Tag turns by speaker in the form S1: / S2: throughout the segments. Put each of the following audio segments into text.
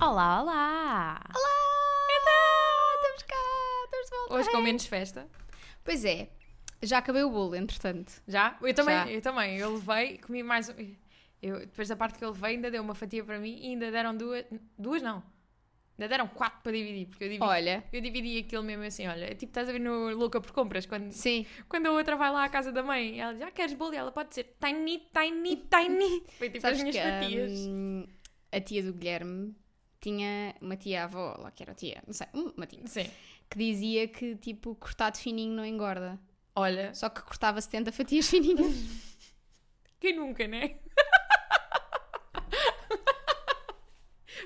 S1: Olá, olá!
S2: Então, estamos cá, estamos de volta.
S3: Hoje com menos festa.
S2: Pois é, já acabei o bolo, entretanto.
S3: Já? Eu também,
S2: Já.
S3: eu também. Eu levei, comi mais um. Eu, depois da parte que eu levei, ainda deu uma fatia para mim e ainda deram duas. Duas não. Ainda deram quatro para dividir, porque eu dividi,
S2: Olha,
S3: eu dividi aquilo mesmo assim, olha, é tipo, estás a ver no Louca por Compras, quando,
S2: sim,
S3: quando a outra vai lá à casa da mãe, e ela diz, ah, queres bolo? E ela pode dizer, tiny, tiny, tiny. Foi tipo as
S2: sabes
S3: minhas
S2: que
S3: fatias.
S2: hum, a tia do Guilherme tinha uma tia-avó, lá que era tia, não sei, uma tia,
S3: Sim.
S2: que dizia que, tipo, cortado fininho não engorda.
S3: Olha,
S2: Só que cortava 70 fatias fininhas.
S3: quem nunca, né?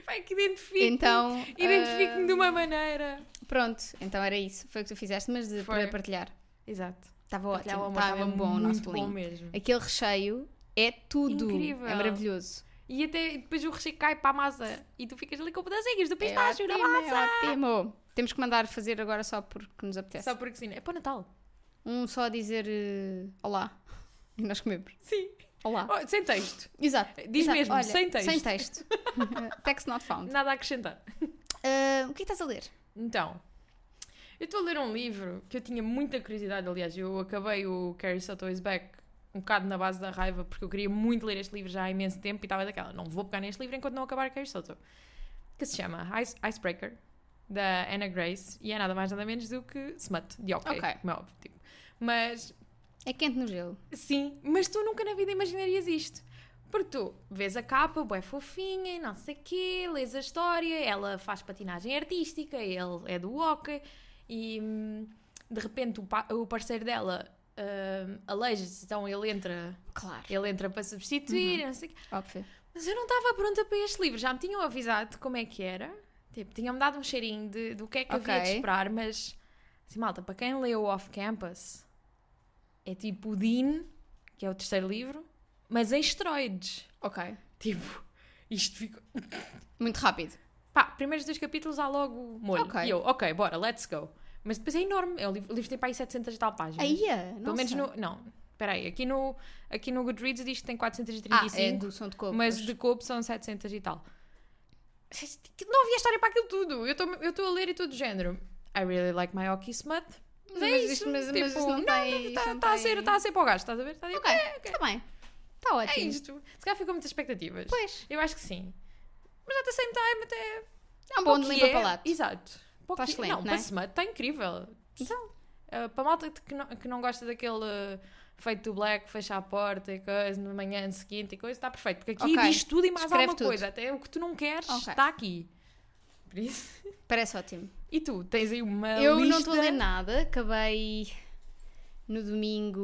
S3: Vai que identifico-me.
S2: então,
S3: Identifico-me
S2: ah,
S3: de uma maneira.
S2: Pronto, então era isso. Foi o que tu fizeste, mas de,
S3: Foi.
S2: para partilhar.
S3: Exato. é
S2: Estava
S3: Pô,
S2: ótimo, estava mesmo bom o nosso bolinho.
S3: mesmo.
S2: Aquele recheio é tudo.
S3: Incrível.
S2: É maravilhoso.
S3: E até depois o recheio cai para a massa e tu ficas ali com pedacinhos do
S2: É
S3: pistácio da
S2: ótimo, é
S3: massa.
S2: ótimo. Temos que mandar fazer agora só porque nos apetece.
S3: Só porque sim, é para o Natal.
S2: Um só a dizer eh, olá. E nós comemos.
S3: Sim.
S2: Olá.
S3: Oh, sem texto.
S2: Exato.
S3: Diz
S2: exato.
S3: mesmo,
S2: Olha,
S3: sem texto.
S2: Sem texto. Text not found.
S3: Nada a acrescentar.
S2: Ah, o que é que estás a ler?
S3: Então, eu estou a ler um livro que eu tinha muita curiosidade, aliás, eu acabei o Carrie Soto is Back um bocado na base da raiva, porque eu queria muito ler este livro já há imenso tempo e estava daquela, não vou pegar neste livro enquanto não acabar Carrie Soto, que se chama Ice, Icebreaker, da Anna Grace, e é nada mais nada menos do que Smut, de OK,
S2: Ok.
S3: como é óbvio, tipo. Mas,
S2: É quente no gelo.
S3: sim, mas tu nunca na vida imaginarias isto. Porque tu vês a capa, bué fofinha, e não sei quê, lês a história, ela faz patinagem artística, ele é do hockey, e hum, de repente o, pa- o parceiro dela hum, aleija-se, então ele entra,
S2: Claro.
S3: ele entra para substituir, não sei quê.
S2: Óbvio.
S3: Mas eu não estava pronta para este livro, já me tinham avisado como é que era, tipo, tinham-me dado um cheirinho de, do que é que eu havia de
S2: Ok.
S3: esperar, mas, assim, malta, para quem leu Off-Campus, é tipo o Dean, que é o terceiro livro, mas em esteroides.
S2: Ok.
S3: Tipo, isto ficou.
S2: Muito rápido.
S3: Pá, primeiros dois capítulos há logo molho.
S2: Ok.
S3: E eu, ok, bora, let's go. Mas depois é enorme. É, o, livro, o livro tem para aí eh, 700 e tal páginas.
S2: Aí é.
S3: Pelo menos no. Não, espera aí. Aqui no, aqui no Goodreads diz que
S2: Ah,
S3: tem
S2: é
S3: 435,
S2: do som de coco.
S3: mas de copo são 700 e tal. Não havia história para aquilo tudo. Eu estou- eu estou a ler e tudo do género. I really like my hockey smut. Mas, é
S2: Mas
S3: isso.
S2: isto- mas- mas
S3: tipo,
S2: isto não tem- isto
S3: Está
S2: não
S3: a
S2: tem-
S3: ser, tá a ser para o gajo, estás a ver? Tá a-
S2: Ok, está bem. Está
S3: É
S2: ótimo.
S3: isto. Se calhar ficou muitas expectativas.
S2: Pois.
S3: Eu acho que sim. Mas at the same time, até
S2: É um bom de
S3: que
S2: limpa
S3: é-
S2: para lá.
S3: Exato. Para o
S2: Tá
S3: que-
S2: excelente,
S3: não,
S2: não é?
S3: para semana está incrível. Então. para a malta de- que não, que não gosta daquele ah, feito do black, fecha a porta e coisa, na manhã seguinte e coisa, está perfeito. Porque aqui
S2: Ok.
S3: diz tudo e mais
S2: Descreve
S3: alguma
S2: tudo.
S3: coisa. Até o que tu não queres
S2: Ok.
S3: está aqui. Por isso.
S2: Parece ótimo.
S3: E tu, tens aí uma
S2: Eu
S3: lista...
S2: não estou a ler nada, acabei no domingo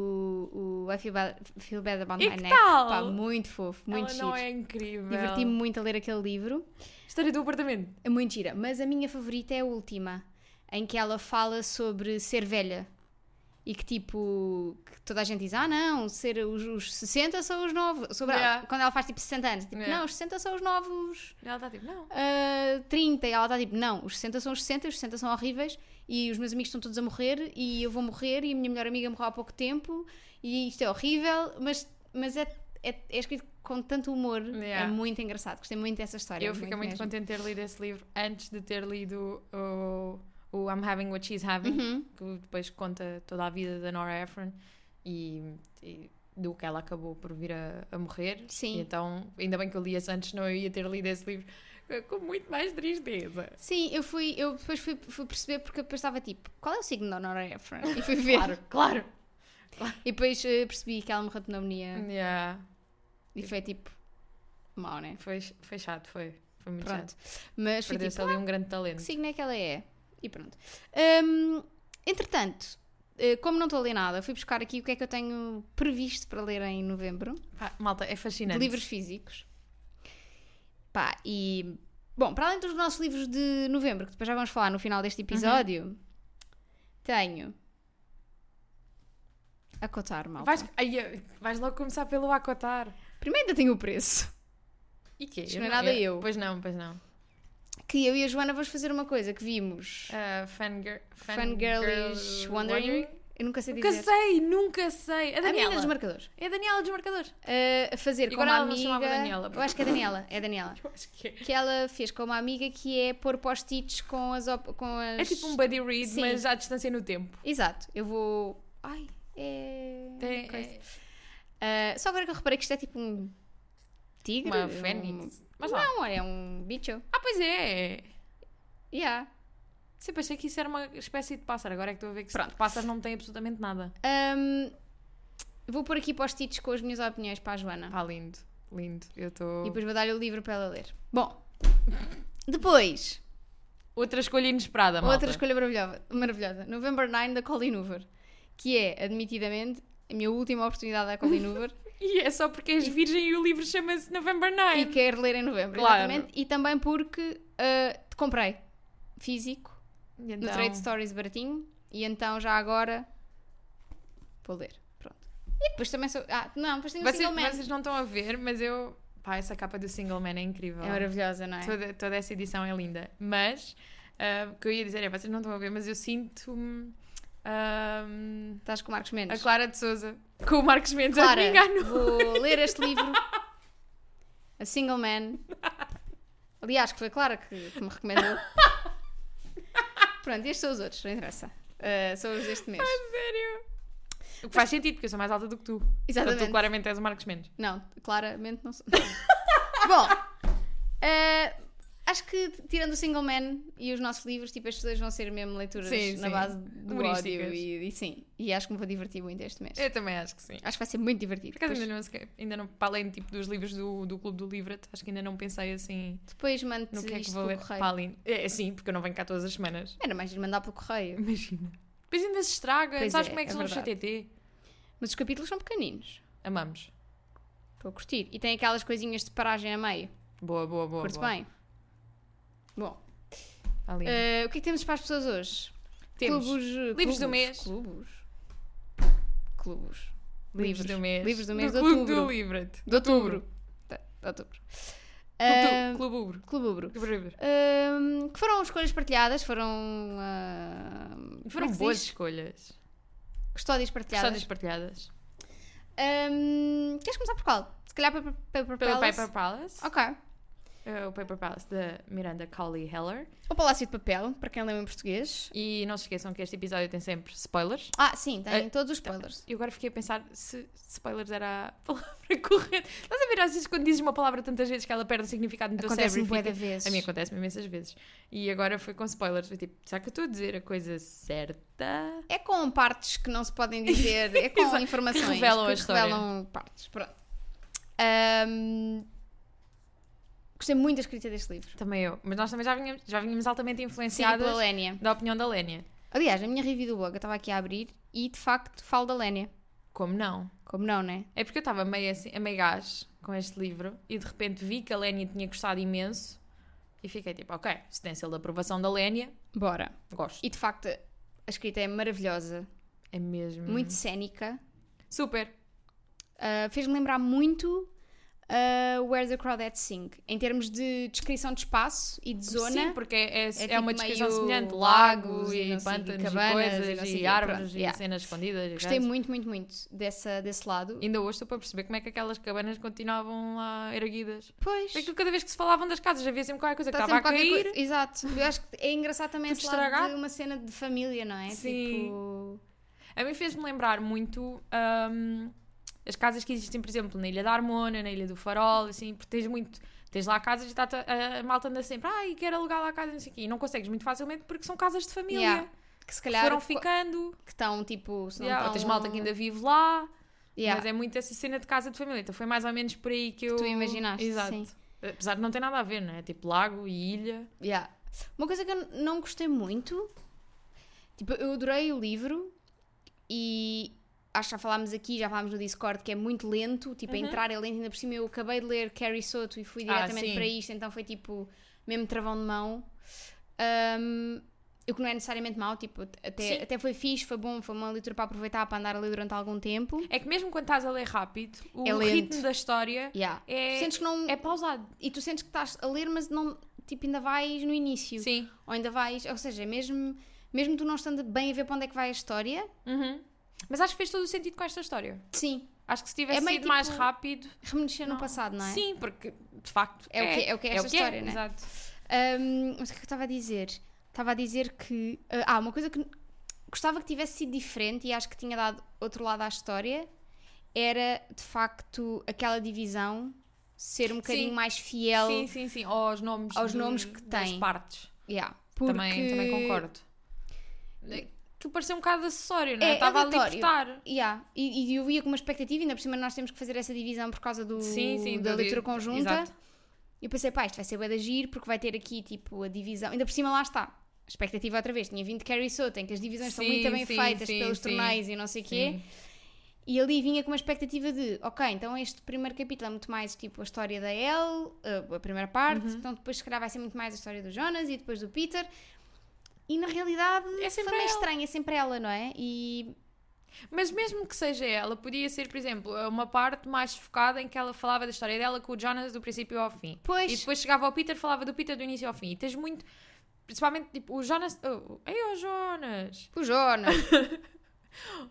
S2: o I Feel Bad, Feel Bad About
S3: E
S2: My
S3: que
S2: Neck.
S3: tal?
S2: Pá, muito fofo,
S3: Ela
S2: muito
S3: não
S2: giro.
S3: é incrível.
S2: Diverti-me muito a ler aquele livro.
S3: História do apartamento.
S2: É muito gira, mas a minha favorita é a última, em que ela fala sobre ser velha. E que tipo, que toda a gente diz, ah não, ser os, os 60 são os novos. Sobre
S3: Yeah.
S2: ela- quando ela faz tipo 60 anos, tipo,
S3: Yeah.
S2: não, os 60 são os novos
S3: Ela está tipo, não.
S2: ah, 30. E ela está tipo, não, os 60 são os 60, os 60 são horríveis e os meus amigos estão todos a morrer e eu vou morrer e a minha melhor amiga morreu há pouco tempo e isto é horrível, mas, mas é, é, é escrito com tanto humor,
S3: Yeah.
S2: é muito engraçado. Gostei muito dessa história.
S3: Eu fico muito
S2: mesmo.
S3: contente de ter lido esse livro antes de ter lido o, o I'm Having What She's Having,
S2: Uhum.
S3: que depois conta toda a vida da Nora Ephron e, e do que ela acabou por vir a, a morrer.
S2: Sim.
S3: E então, ainda bem que eu li esse antes, não eu ia ter lido esse livro eh, com muito mais tristeza.
S2: Sim, eu fui, eu depois fui, fui perceber porque eu depois estava tipo, qual é o signo da Nora Ephron? E fui ver.
S3: Claro, claro.
S2: E depois eh, percebi que ela morreu de pneumonia
S3: Hum. Yeah.
S2: e foi tipo, mau, né?
S3: Foi, ch- foi chato, foi. Foi muito
S2: Pronto.
S3: chato.
S2: Mas foi tipo,
S3: Perdeu-se ali um grande talento.
S2: que signo é que ela é? E pronto. Hum, entretanto, eh, como não estou a ler nada, fui buscar aqui o que é que eu tenho previsto para ler em novembro,
S3: Pá, malta, é
S2: de
S3: fascinante.
S2: livros físicos. Pá, e. Bom, para além dos nossos livros de novembro, que depois já vamos falar no final
S3: Uhum.
S2: deste episódio, tenho. A cotar, malta.
S3: Vais, ai, eh, vais logo começar pelo acotar.
S2: Primeiro ainda tenho o preço.
S3: E quê?
S2: Isto não é nada eu.
S3: Pois não, pois não.
S2: Que eu e a Joana vamos fazer uma coisa que vimos.
S3: Uh, Eh, Ah, fangirl,
S2: Fangirlish Wondering. Eu nunca sei
S3: Nunca
S2: dizer.
S3: sei, nunca sei. A
S2: A menina
S3: Daniela.
S2: dos marcadores.
S3: É a Daniela dos marcadores.
S2: Uh, a fazer
S3: E
S2: com
S3: agora
S2: uma
S3: ela não se
S2: amiga.
S3: chamava Daniela,
S2: eu acho que é Daniela. É Daniela.
S3: Eu acho que é.
S2: Que ela fez com uma amiga que é pôr post-its com as, op- com as.
S3: É tipo um buddy read,
S2: Sim.
S3: mas à distância no tempo.
S2: Exato. Eu vou. Ai, é.
S3: Tem-
S2: coisa.
S3: é
S2: Uh, só agora que eu reparei que isto é tipo um. Tigre?
S3: tipo uma
S2: um-
S3: fênix. Mas lá.
S2: Não, é um bicho.
S3: Ah, pois é.
S2: Yeah.
S3: Sempre achei que isso era uma espécie de pássaro. Agora é que estou a ver que
S2: Pronto.
S3: Pronto. pássaro não tem absolutamente nada.
S2: Um, vou pôr aqui post-its com as minhas opiniões para a Joana.
S3: Ah, lindo. Lindo. Eu estou...
S2: E depois vou dar-lhe o livro para ela ler. Bom, depois,
S3: Outra escolha inesperada, malta.
S2: outra escolha maravilhosa, maravilhosa. November 9 da Colleen Hoover, que é, admitidamente, a minha última oportunidade à Colleen Hoover
S3: E é só porque és virgem e o livro chama-se November
S2: e
S3: 9.
S2: quero ler em novembro,
S3: Claro.
S2: exatamente. E também porque ah, te comprei físico
S3: E
S2: no
S3: então-
S2: Trade Stories baratinho e então já agora vou ler. Pronto. E depois também sou. Ah, não, depois tenho o
S3: Vocês,
S2: Single Man.
S3: vocês não estão a ver, mas eu... Pá, essa capa do Single Man é incrível.
S2: É maravilhosa, não é?
S3: Toda, toda essa edição é linda. Mas, ah, o que eu ia dizer é, vocês não estão a ver, mas eu sinto-me... ah,
S2: Estás com o Marcos
S3: A
S2: Mendes.
S3: Clara de Souza com o Marcos Mendes a
S2: Clara,
S3: domingar no...
S2: vou ler este livro. A Single Man. Aliás, que foi a Clara que, que me recomendou. Pronto, estes são os outros, não interessa. Uh, são os deste mês.
S3: então Ah, Sério? O que faz sentido, porque eu sou mais alta do que tu. Então tu
S2: Exatamente.
S3: claramente és o Marcos Mendes.
S2: Não, claramente não sou. Bom, uh, acho que tirando o Single Man e os nossos livros, tipo, estes dois vão ser mesmo leituras
S3: Sim,
S2: na
S3: sim.
S2: base do
S3: Humorísticas.
S2: ódio e, e sim. E acho que me vou divertir muito este mês.
S3: Eu também acho que sim.
S2: Acho que vai ser muito divertido.
S3: Por acaso
S2: Depois-
S3: ainda não, sequer- ainda não, para além tipo, dos livros do, do Clube do Livro, acho que ainda não pensei assim
S2: Depois mando-te
S3: no que é que
S2: isto
S3: vou
S2: pelo
S3: ler.
S2: correio.
S3: Para além. É, sim, porque eu não venho cá todas as semanas.
S2: Era mais de mandar pelo correio.
S3: Imagina. Depois ainda se estraga.
S2: Pois
S3: Sabes
S2: é,
S3: como é que
S2: é
S3: são os
S2: verdade.
S3: CTT?
S2: Mas os capítulos são pequeninos.
S3: Amamos.
S2: Estou a curtir. E tem aquelas coisinhas de paragem a meio.
S3: Boa, boa, boa.
S2: Curto
S3: boa.
S2: bem. Bom,
S3: Está lindo.
S2: eh, o que é que temos para as pessoas hoje?
S3: Temos
S2: Clubos,
S3: livros
S2: clubos,
S3: do mês.
S2: Clubos. Clubos.
S3: livros do mês.
S2: Livros do mês de
S3: Clube do
S2: outubro.
S3: Livro.
S2: De outubro. Tá, De outubro. Ah,
S3: Clube Ubro.
S2: Clube Ubro.
S3: Clube Ubro.
S2: Ahm, que foram escolhas partilhadas, foram. ah, como é
S3: Foram
S2: que se
S3: boas
S2: diz?
S3: escolhas.
S2: Custódias partilhadas.
S3: Histórias partilhadas.
S2: Ahm, queres começar por qual? Se calhar Paper, paper
S3: Pelo
S2: Palace?
S3: Paper Palace.
S2: Ok.
S3: Eh, O Paper Palace da Miranda Cowley Heller.
S2: O Palácio de Papel, para quem lembra em português.
S3: E não se esqueçam que este episódio tem sempre spoilers.
S2: Ah, sim, tem
S3: Eh,
S2: todos os spoilers.
S3: Eu agora fiquei a pensar se spoilers era a palavra correta. Estás a ver às vezes quando dizes uma palavra tantas vezes que ela perde o significado no teu
S2: Acontece-me
S3: cérebro? e
S2: bué
S3: fica-
S2: da vez.
S3: A mim acontece-me imensas vezes. E agora foi com spoilers. Foi tipo, será que eu estou a dizer a coisa certa?
S2: É com partes que não se podem dizer, é com
S3: Exato,
S2: informações
S3: que revelam a história.
S2: revelam partes. Pronto. Ahm, gostei muito da escrita deste livro.
S3: Também eu. Mas nós também já vinhamos, já vinhamos altamente
S2: Sim,
S3: influenciadas
S2: pela Lénia.
S3: da opinião da Lénia.
S2: Aliás, na minha review do blog eu estava aqui a abrir e de facto falo da Lénia.
S3: Como não?
S2: Como não, né?
S3: É porque eu estava meio assim, a meio gás com este livro e de repente vi que a Lénia tinha gostado imenso e fiquei tipo, ok, se tem selo de aprovação da Lénia,
S2: Bora.
S3: gosto.
S2: E de facto a escrita é maravilhosa,
S3: É mesmo.
S2: muito cénica.
S3: Super.
S2: Uh, fez-me lembrar muito uh, Where the Crawdads Sing, em termos de descrição de espaço e de zona.
S3: Sim, porque é, é,
S2: tipo
S3: uma descrição
S2: meio
S3: semelhante.
S2: lagos
S3: Lagos
S2: e não
S3: e
S2: sei quê,
S3: pântanos e,
S2: cabanas e não
S3: coisas
S2: sei
S3: e,
S2: quê,
S3: árvores
S2: pronto,
S3: e
S2: yeah.
S3: cenas escondidas. e
S2: Gostei
S3: gajos.
S2: muito, muito, muito dessa, desse lado.
S3: Ainda hoje estou para perceber como é que aquelas cabanas continuavam lá erguidas.
S2: Pois.
S3: É que cada vez que se falavam das casas havia sempre qualquer coisa que
S2: Tá
S3: estava a
S2: sempre qualquer
S3: cair.
S2: coisa- Exato. Eu acho que é engraçado também
S3: Tudo
S2: esse lado
S3: estragado.
S2: de uma cena de família, não é?
S3: Sim.
S2: Tipo...
S3: A mim fez-me lembrar muito hum, as casas que existem, por exemplo, na Ilha da Harmona, na Ilha do Farol, assim, porque tens muito. Tens lá casas e tá a, a malta anda sempre, ai, quero alugar lá a casa, não sei o quê. E não consegues muito facilmente porque são casas de família.
S2: Yeah. Que se
S3: Que
S2: calhar
S3: foram
S2: co-
S3: ficando.
S2: que estão tipo. Se não
S3: Yeah,
S2: estão-
S3: ou Tens malta que ainda vive lá.
S2: Yeah.
S3: Mas é muito essa cena de casa de família. Então foi mais ou menos por aí que eu.
S2: tu imaginaste,
S3: Exato.
S2: sim.
S3: Apesar de não ter nada a ver, não é? Tipo lago e ilha.
S2: Yeah. Uma coisa que eu n- não gostei muito, tipo, eu adorei o livro e acho que já falámos aqui, já falámos no Discord que é muito lento, tipo, a entrar é lento, ainda por cima eu acabei de ler Carrie Soto e fui
S3: Uhum. Ah,
S2: diretamente
S3: sim.
S2: para isto, então foi tipo, mesmo travão de mão. Ahm, o que não é necessariamente mau, tipo, até,
S3: Sim.
S2: até foi fixe, foi bom, foi uma leitura para aproveitar, para andar ali durante algum tempo.
S3: É que mesmo quando estás a ler rápido, o
S2: É lento.
S3: ritmo da história
S2: Yeah.
S3: é,
S2: Tu sentes que não.
S3: é pausado.
S2: E tu sentes que estás a ler, mas não. Tipo, ainda vais no início.
S3: Sim.
S2: Ou ainda vais, ou seja, mesmo, mesmo tu não estando bem a ver para onde é que vai a história,
S3: Uhum. Mas acho que fez todo o sentido com esta história.
S2: Sim.
S3: Acho que se tivesse
S2: É meio
S3: sido mais
S2: tipo-
S3: rápido.
S2: Remexer no
S3: Não.
S2: passado, não é?
S3: Sim, porque de facto.
S2: É o que- é o que é esta história, né?
S3: Exato.
S2: Ahm, mas o que é que eu estava a dizer? Estava a dizer que. ah, uma coisa que gostava que tivesse sido diferente e acho que tinha dado outro lado à história era de facto aquela divisão ser um bocadinho
S3: Sim.
S2: mais fiel.
S3: Sim, sim, sim. Aos nomes,
S2: Aos
S3: do-
S2: nomes que
S3: das
S2: tem.
S3: partes.
S2: Yeah, porque...
S3: Também, também concordo. Que pareceu um bocado acessório, não é?
S2: É,
S3: Estava a
S2: aleatório.
S3: libertar.
S2: Yeah, E, e eu ia com uma expectativa, ainda por cima nós temos que fazer essa divisão por causa do,
S3: Sim, sim.
S2: da
S3: do-
S2: leitura conjunta.
S3: Exato.
S2: E eu pensei, pá, isto vai ser bué de agir, porque vai ter aqui, tipo, a divisão. Ainda por cima, lá está. A Expectativa é outra vez. Tinha vindo Carrie Soto, em que as divisões estão
S3: Sim,
S2: muito bem
S3: sim,
S2: feitas
S3: sim,
S2: pelos
S3: sim.
S2: torneios e não sei o quê.
S3: Sim.
S2: E ali vinha com uma expectativa de, ok, então este primeiro capítulo é muito mais, tipo, a história da Elle, a- a primeira parte.
S3: Uhum.
S2: Então depois, se calhar, vai ser muito mais a história do Jonas e depois do Peter. E na realidade,
S3: É sempre
S2: foi meio
S3: ela.
S2: estranho, é sempre ela, não é? E
S3: Mas mesmo que seja ela, podia ser, por exemplo, uma parte mais focada em que ela falava da história dela com o Jonas do princípio ao fim.
S2: Pois.
S3: E depois chegava ao Peter, falava do Peter do início ao fim. E tens muito. Principalmente, tipo, o Jonas. Oh, Ei, o Jonas!
S2: o Jonas.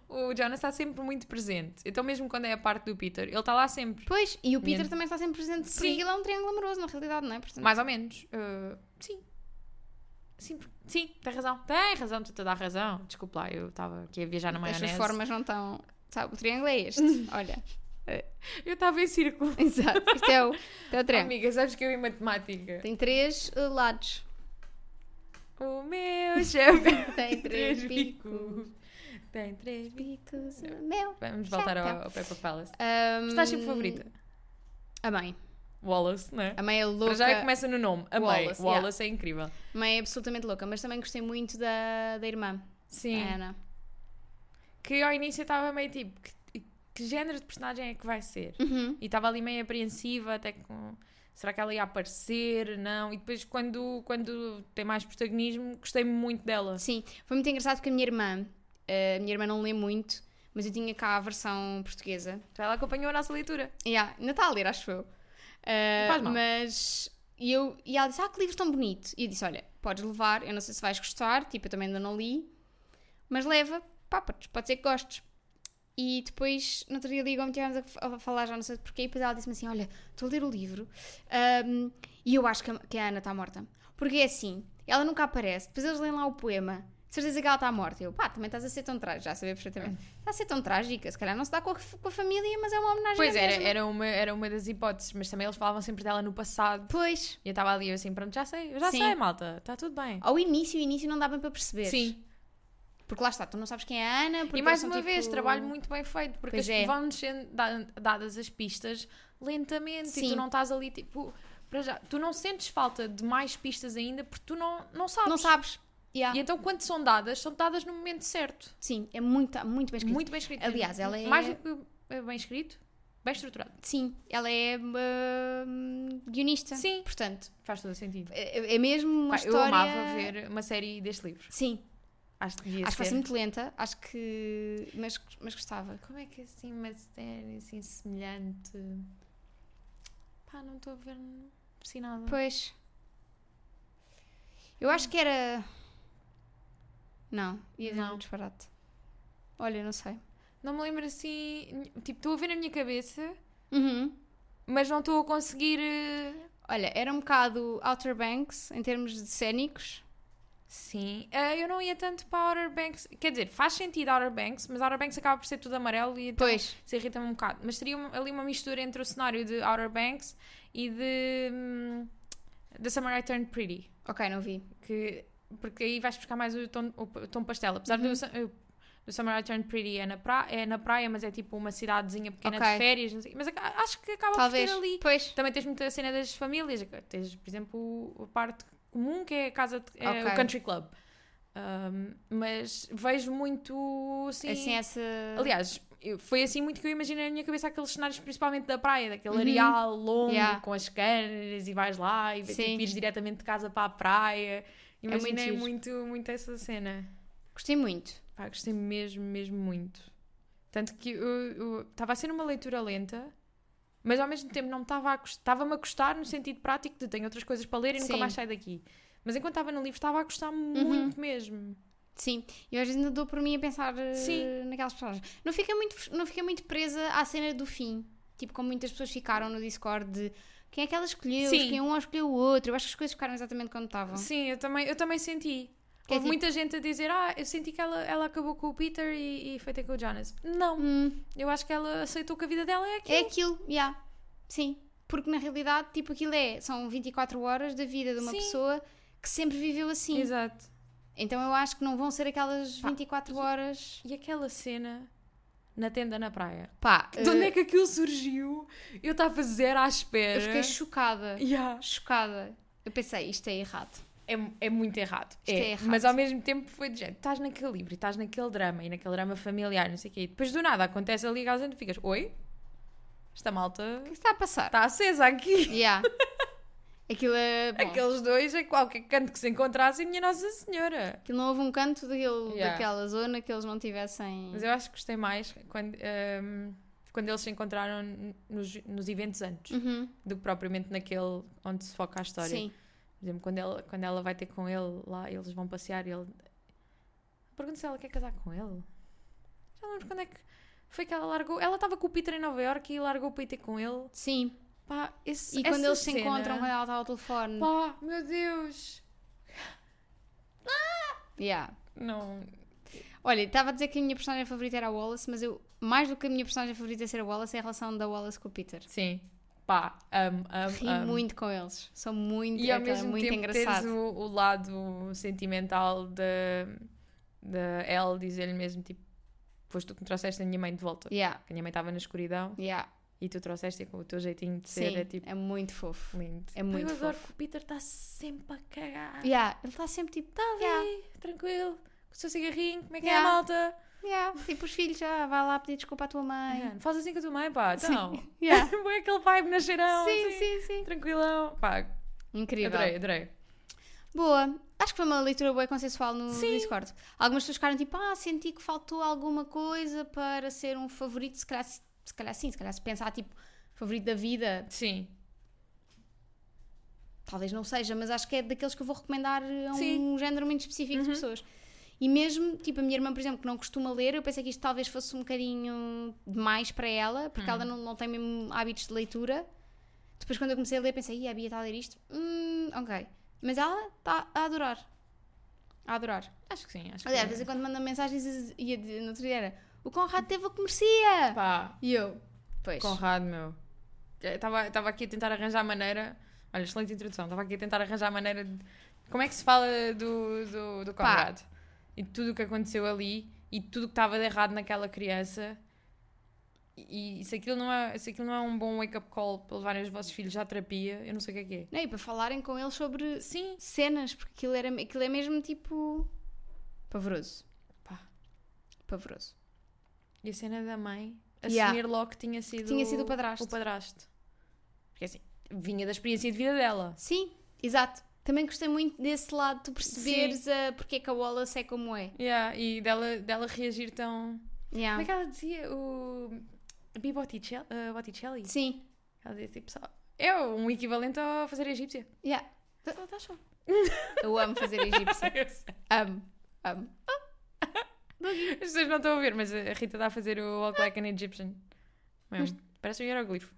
S3: O Jonas está sempre muito presente. Então, mesmo quando é a parte do Peter, ele está lá sempre.
S2: Pois, e o Peter
S3: Minha-
S2: também está sempre presente, porque
S3: Sim.
S2: aquilo é um triângulo amoroso, na realidade, não é? Portanto,
S3: Mais ou menos. Uh, sim. Sim, por- sim, tem razão. Tem razão, tu te dá razão. Desculpa lá, eu estava aqui a viajar na
S2: as
S3: maionese.
S2: suas formas não estão... Sabe, o triângulo é este, olha.
S3: Eu estava em círculo.
S2: Exato, isto é o, isto é o triângulo.
S3: Oh, Amiga, sabes que eu em matemática.
S2: Tem três eh, lados.
S3: O meu chapéu
S2: Tem três
S3: bicos. Tem três bicos.
S2: Picos, eh, meu.
S3: Vamos voltar ao,
S2: Chapéu.
S3: ao Peppa Palace.
S2: Um,
S3: Estás sempre favorita?
S2: A mãe.
S3: Wallace, né?
S2: A mãe é
S3: Para
S2: louca.
S3: já começa no nome. A mãe.
S2: Wallace,
S3: Wallace, é incrível.
S2: A mãe é absolutamente louca, mas também gostei muito da, da irmã,
S3: Sim.
S2: a Ana.
S3: Que ao início eu estava meio tipo, que, que género de personagem é que vai ser?
S2: Uhum.
S3: E estava ali meio apreensiva, até com. Será que ela ia aparecer? Não. E depois, quando, quando tem mais protagonismo, gostei muito dela.
S2: Sim, foi muito engraçado porque a minha irmã, eh, a minha irmã não lê muito, mas eu tinha cá a versão portuguesa.
S3: Então Ela acompanhou a nossa leitura.
S2: Yeah, ainda está a ler, acho eu. Uh,
S3: Não faz mal.
S2: Mas. E, eu, e ela disse: Ah, que livro tão bonito. E eu disse: Olha, podes levar, eu não sei se vais gostar, tipo, eu também ainda não li, mas leva, pá, pode, pode ser que gostes. E depois, no outro dia, ligou-me, estivemos a, f- a falar, já não sei porquê, e depois ela disse-me assim: Olha, estou a ler o livro um, e eu acho que a, que a Ana está morta. Porque é assim, ela nunca aparece, depois eles leem lá o poema, de certeza que ela está morta. Eu, pá, também estás a ser tão trágica, já sabia perfeitamente.
S3: É.
S2: Está a ser tão trágica, se calhar não se dá com a, f- com a família, mas é uma homenagem
S3: Pois
S2: à
S3: era,
S2: mesma.
S3: era uma, era uma das hipóteses, mas também eles falavam sempre dela no passado.
S2: Pois,
S3: E eu estava ali eu assim, pronto, já sei, eu já
S2: Sim.
S3: sei, malta, está tudo bem.
S2: ao início, início não dá bem para perceber.
S3: Sim.
S2: Porque lá está, tu não sabes quem é a Ana. Porque
S3: e
S2: eles
S3: mais
S2: são
S3: uma
S2: tipo-
S3: vez, trabalho muito bem feito, porque
S2: Pois
S3: as,
S2: é.
S3: vão-nos sendo da- dadas as pistas lentamente e
S2: Sim.
S3: tu não estás ali tipo. Para já, tu não sentes falta de mais pistas ainda porque tu não, não sabes.
S2: Não sabes. Yeah.
S3: E então, quando são dadas, são dadas no momento certo.
S2: Sim, é muito, muito bem escrito.
S3: Muito bem escrito.
S2: Aliás, ela é-
S3: Mais do que eh, bem escrito, bem estruturado.
S2: Sim, ela é hum, guionista.
S3: Sim.
S2: Portanto,
S3: Faz todo o sentido.
S2: é, é mesmo uma
S3: Pá,
S2: história...
S3: Eu amava ver uma série deste livro.
S2: Sim,
S3: Acho que devia
S2: acho que vai
S3: ser.
S2: ser muito lenta. Acho que... Mas, mas gostava.
S3: Como é que assim uma série assim semelhante? Pá, não estou a ver assim nada.
S2: Pois. Eu acho que era... Não, ia dizer
S3: Não.
S2: um disparate. Olha, não sei.
S3: Não me lembro assim. Tipo, estou a ver na minha cabeça,
S2: Uhum.
S3: mas não estou a conseguir. eh,
S2: Olha, era um bocado Outer Banks em termos de cénicos.
S3: Sim. Ah, eu não ia tanto para Outer Banks. Quer dizer, faz sentido Outer Banks, mas Outer Banks acaba por ser tudo amarelo e então
S2: Pois.
S3: se irrita-me um bocado. Mas seria uma- ali uma mistura entre o cenário de Outer Banks e de. hum, The Summer I Turned Pretty.
S2: Ok, não vi.
S3: que porque aí vais buscar mais o tom, o p- tom pastel. Apesar
S2: Uhum.
S3: do, su- eh, do Summer I Turned Pretty é na, pra, é na praia, mas é tipo uma cidadezinha pequena
S2: Ok.
S3: de férias, não sei, mas aca- acho que acaba
S2: Talvez.
S3: por ter ali.
S2: Pois.
S3: Também tens muita cena das famílias, tens, por exemplo, o- a parte comum que é a casa, de- é
S2: Ok.
S3: o country club. Ahm, mas vejo muito assim.
S2: Assim, essa.
S3: Aliás, eu- foi assim muito que eu imaginei na minha cabeça aqueles cenários, principalmente da praia, daquele areal longo
S2: Uhum. Yeah.
S3: com as canas e vais lá e vê-
S2: Sim. É
S3: tipo, ires diretamente de casa para a praia.
S2: muito
S3: Imaginei
S2: giro.
S3: muito, muito, essa cena.
S2: Gostei muito.
S3: Pá, gostei mesmo, mesmo muito. Tanto que eu- eu estava a ser uma leitura lenta, mas ao mesmo tempo não me estava a cust- estava-me a custar no sentido prático de tenho outras coisas para ler e nunca
S2: Sim. Uhum.
S3: mais saio daqui. Mas enquanto estava no livro estava a custar muito mesmo.
S2: Sim, eu às vezes ainda dou por mim a pensar eh,
S3: Sim.
S2: naquelas pessoas. Não fiquei, muito, não fiquei muito presa à cena do fim, tipo como muitas pessoas ficaram no Discord de quem é que ela escolheu,
S3: Sim.
S2: quem um escolheu o outro. Eu acho que as coisas ficaram exatamente como estavam.
S3: Sim, eu também, eu também senti.
S2: Que é
S3: Houve
S2: tipo-
S3: muita gente a dizer, ah, eu senti que ela, ela acabou com o Peter e, e foi ter com o Jonas. Não,
S2: Hum,
S3: eu acho que ela aceitou que a vida dela é aquilo.
S2: é aquilo, já. Sim, porque na realidade, tipo, aquilo é, são 24 horas da vida de uma
S3: Sim.
S2: pessoa que sempre viveu assim.
S3: Exato.
S2: Então eu acho que não vão ser aquelas
S3: Pá,
S2: 24
S3: e-
S2: horas.
S3: E aquela cena na tenda na praia.
S2: Pá,
S3: De onde
S2: eh,
S3: é que aquilo surgiu? Eu estava zero à espera.
S2: eu fiquei chocada.
S3: Yeah.
S2: Chocada. Eu pensei, isto é errado.
S3: É, é muito errado.
S2: Isto é errado.
S3: Mas ao mesmo tempo foi de gente. Estás naquele livro, e estás naquele drama e naquele drama familiar, não sei o quê. E depois do nada acontece ali a gente ficas, oi? Esta malta
S2: O que é que está a passar?
S3: está acesa aqui.
S2: Yeah. Aquilo é. Bom,
S3: Aqueles dois, a qualquer canto que se encontrassem, minha Nossa Senhora.
S2: aquilo não houve um canto daquele-
S3: Yeah.
S2: daquela zona que eles não tivessem.
S3: Mas é eu acho que gostei mais quando, ehm, quando eles se encontraram n- nos, nos eventos antes
S2: Uhum,
S3: do que propriamente naquele onde se foca a história.
S2: Sim.
S3: Por exemplo, quando ela, quando ela vai ter com ele lá, eles vão passear e ele. Pergunta se ela quer casar com ele. Já não lembro quando é que foi que ela largou. Ela estava com o Peter em Nova Iorque e largou para ir ter com ele.
S2: Sim.
S3: Pá, esse,
S2: E quando
S3: essa
S2: eles se
S3: cena,
S2: encontram, é- quando ela está ao telefone.
S3: Pá, meu Deus!
S2: Yeah.
S3: Não.
S2: Olha, estava a dizer que a minha personagem favorita era a Wallace, mas eu, mais do que a minha personagem favorita ser a Wallace, é a relação da Wallace com o Peter.
S3: Sim. Pá, amo, amo.
S2: Ri
S3: amo.
S2: muito com eles. São muito,
S3: E ao
S2: aquilo é
S3: mesmo
S2: muito
S3: tempo
S2: engraçado.
S3: teres um o, o lado sentimental da da Elle dizer-lhe mesmo, tipo, foste tu que me trouxeste a minha mãe de volta.
S2: Yeah.
S3: A minha mãe estava na escuridão
S2: Yeah.
S3: e tu trouxeste com o teu jeitinho de ser,
S2: Sim,
S3: é tipo,
S2: é muito fofo.
S3: lindo.
S2: é muito
S3: Eu adoro
S2: fofo.
S3: que o Peter está sempre a cagar.
S2: Yeah. Ele está sempre tipo.
S3: Está ali,
S2: Yeah.
S3: tranquilo, com o seu cigarrinho, como é que é
S2: Yeah.
S3: a malta?
S2: Yeah. Tipo, os filhos, ah, vai lá pedir desculpa à tua mãe.
S3: Mano, faz assim com a tua mãe, pá, então.
S2: Yeah.
S3: Põe aquele vibe na cheirão,
S2: sim,
S3: assim,
S2: sim, sim.
S3: tranquilão. Pá,
S2: Incrível.
S3: adorei, adorei.
S2: Boa. Acho que foi uma leitura boa e consensual no
S3: Sim.
S2: Discord. Algumas pessoas ficaram tipo, ah, senti que faltou alguma coisa para ser um favorito, se calhar, se se calhar sim, se calhar se pensar tipo, favorito da vida,
S3: Sim,
S2: talvez não seja, mas acho que é daqueles que eu vou recomendar a um
S3: Sim. Uhum.
S2: género muito específico de pessoas. E mesmo, tipo, a minha irmã, por exemplo, que não costuma ler, eu pensei que isto talvez fosse um bocadinho demais para ela,
S3: Hum.
S2: porque ela não, não tem mesmo hábitos de leitura. Depois, quando eu comecei a ler, pensei, "Ih, a Bia está a ler isto? Hum, ok. Mas ela está a adorar. A adorar.
S3: acho que sim, acho que
S2: Aliás, de
S3: sim.
S2: vez em quando manda mensagens e a dizer- no outro dia era o Conrado teve a comercia!
S3: Pá,
S2: E eu, pois.
S3: Conrado, meu. Estava aqui a tentar arranjar a maneira. Olha, excelente introdução. Estava aqui a tentar arranjar a maneira de. Como é que se fala do, do, do
S2: Pá.
S3: Conrado? E tudo o que aconteceu ali e tudo o que estava de errado naquela criança. E, e se, aquilo não é, se aquilo não é um bom wake-up call para levarem os vossos filhos à terapia, eu não sei o que é que
S2: Não, e para falarem com ele sobre
S3: é. Sim.
S2: cenas, porque aquilo, era, aquilo é mesmo tipo. pavoroso.
S3: Pá.
S2: Pavoroso.
S3: E a cena da mãe assumir
S2: Yeah.
S3: logo que tinha sido,
S2: Tinha sido o padrasto.
S3: o padrasto. Porque assim, vinha da experiência de vida dela.
S2: Sim, exato. Também gostei muito desse lado, tu perceberes a, porque é que a Wallace é como é.
S3: Yeah, e dela, dela reagir tão. Como
S2: Yeah.
S3: é que ela dizia? O. Bi Botticelli? eh, Botticelli?
S2: Sim,
S3: Ela dizia tipo só. É um equivalente a fazer a egípcia.
S2: yeah.
S3: Só está só.
S2: eu amo fazer egípcio.
S3: Eu sei.
S2: amo, amo.
S3: As pessoas não estão a ver, mas a Rita está a fazer o Walk Like an Egyptian. Mesmo. Parece um hieroglifo.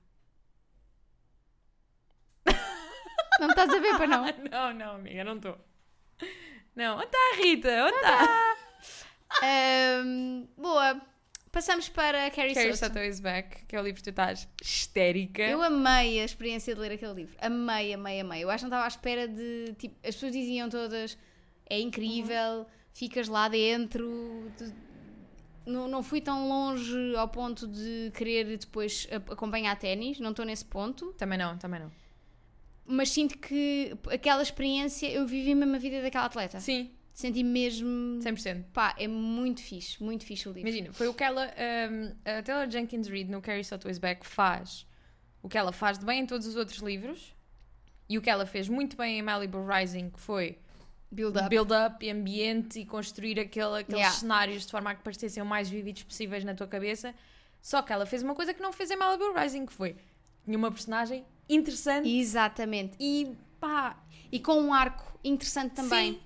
S2: Não me estás a ver para não?
S3: não, não, amiga, não estou. Não, onde está a Rita? Onde está?
S2: Ahm, boa. Passamos para Carrie
S3: Carrie
S2: Soto.
S3: Soto is Back, que é o livro que tu estás histérica.
S2: Eu amei a experiência de ler aquele livro. Amei, amei, amei. Eu acho que não estava à espera de. Tipo, as pessoas diziam todas: é incrível, ficas lá dentro. tu- Não, não fui tão longe ao ponto de querer depois a- acompanhar ténis, não estou nesse ponto,
S3: Também não, também não.
S2: mas sinto que aquela experiência, eu vivi mesmo a vida daquela atleta.
S3: Sim,
S2: Senti mesmo.
S3: 100%.
S2: Pá, é muito fixe, muito fixe o livro.
S3: Imagina, foi o que ela. hum, a Taylor Jenkins Reid no Carrie Soto is Back faz o que ela faz de bem em todos os outros livros e o que ela fez muito bem em Malibu Rising, que foi
S2: Build up.
S3: build-up e ambiente e construir aquele, aqueles
S2: Yeah.
S3: cenários de forma a que parecessem o mais vividos possíveis na tua cabeça. Só que ela fez uma coisa que não fez em Malibu Rising, que foi tinha uma personagem interessante
S2: Exatamente.
S3: e pá,
S2: E com um arco interessante também.
S3: Sim.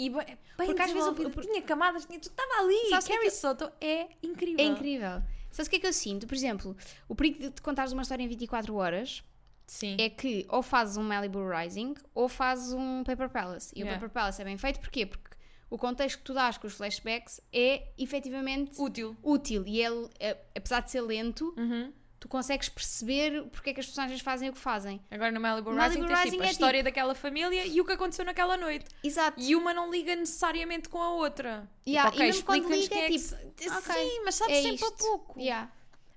S3: E ba- bem
S2: Porque às vezes eu-
S3: desenvolvido, tinha camadas, tinha tudo, estava ali.
S2: Sabes o que é
S3: Carrie Soto é incrível.
S2: É incrível. Sabes o que é que eu sinto? Por exemplo, o perigo de te contares uma história em 24 horas
S3: Sim.
S2: é que ou fazes um Malibu Rising ou fazes um Paper Palace. E
S3: Yeah.
S2: o Paper Palace é bem feito porquê? Porque o contexto que tu dás com os flashbacks é efetivamente
S3: Útil.
S2: útil e é, é- apesar de ser lento,
S3: Uhum.
S2: tu consegues perceber porque é que as personagens fazem o que fazem.
S3: Agora no Malibu
S2: Malibu
S3: Rising tens tipo,
S2: Rising
S3: a
S2: é
S3: história daquela família e o que aconteceu naquela noite.
S2: Exato.
S3: E uma não liga necessariamente com a outra.
S2: Yeah,
S3: Tipo, ok,
S2: e mesmo quando
S3: explica-nos
S2: liga,
S3: quem é que
S2: tipo,
S3: se-
S2: ok,
S3: Sim, mas sabes
S2: é
S3: sempre a
S2: isto.
S3: pouco.
S2: Yeah.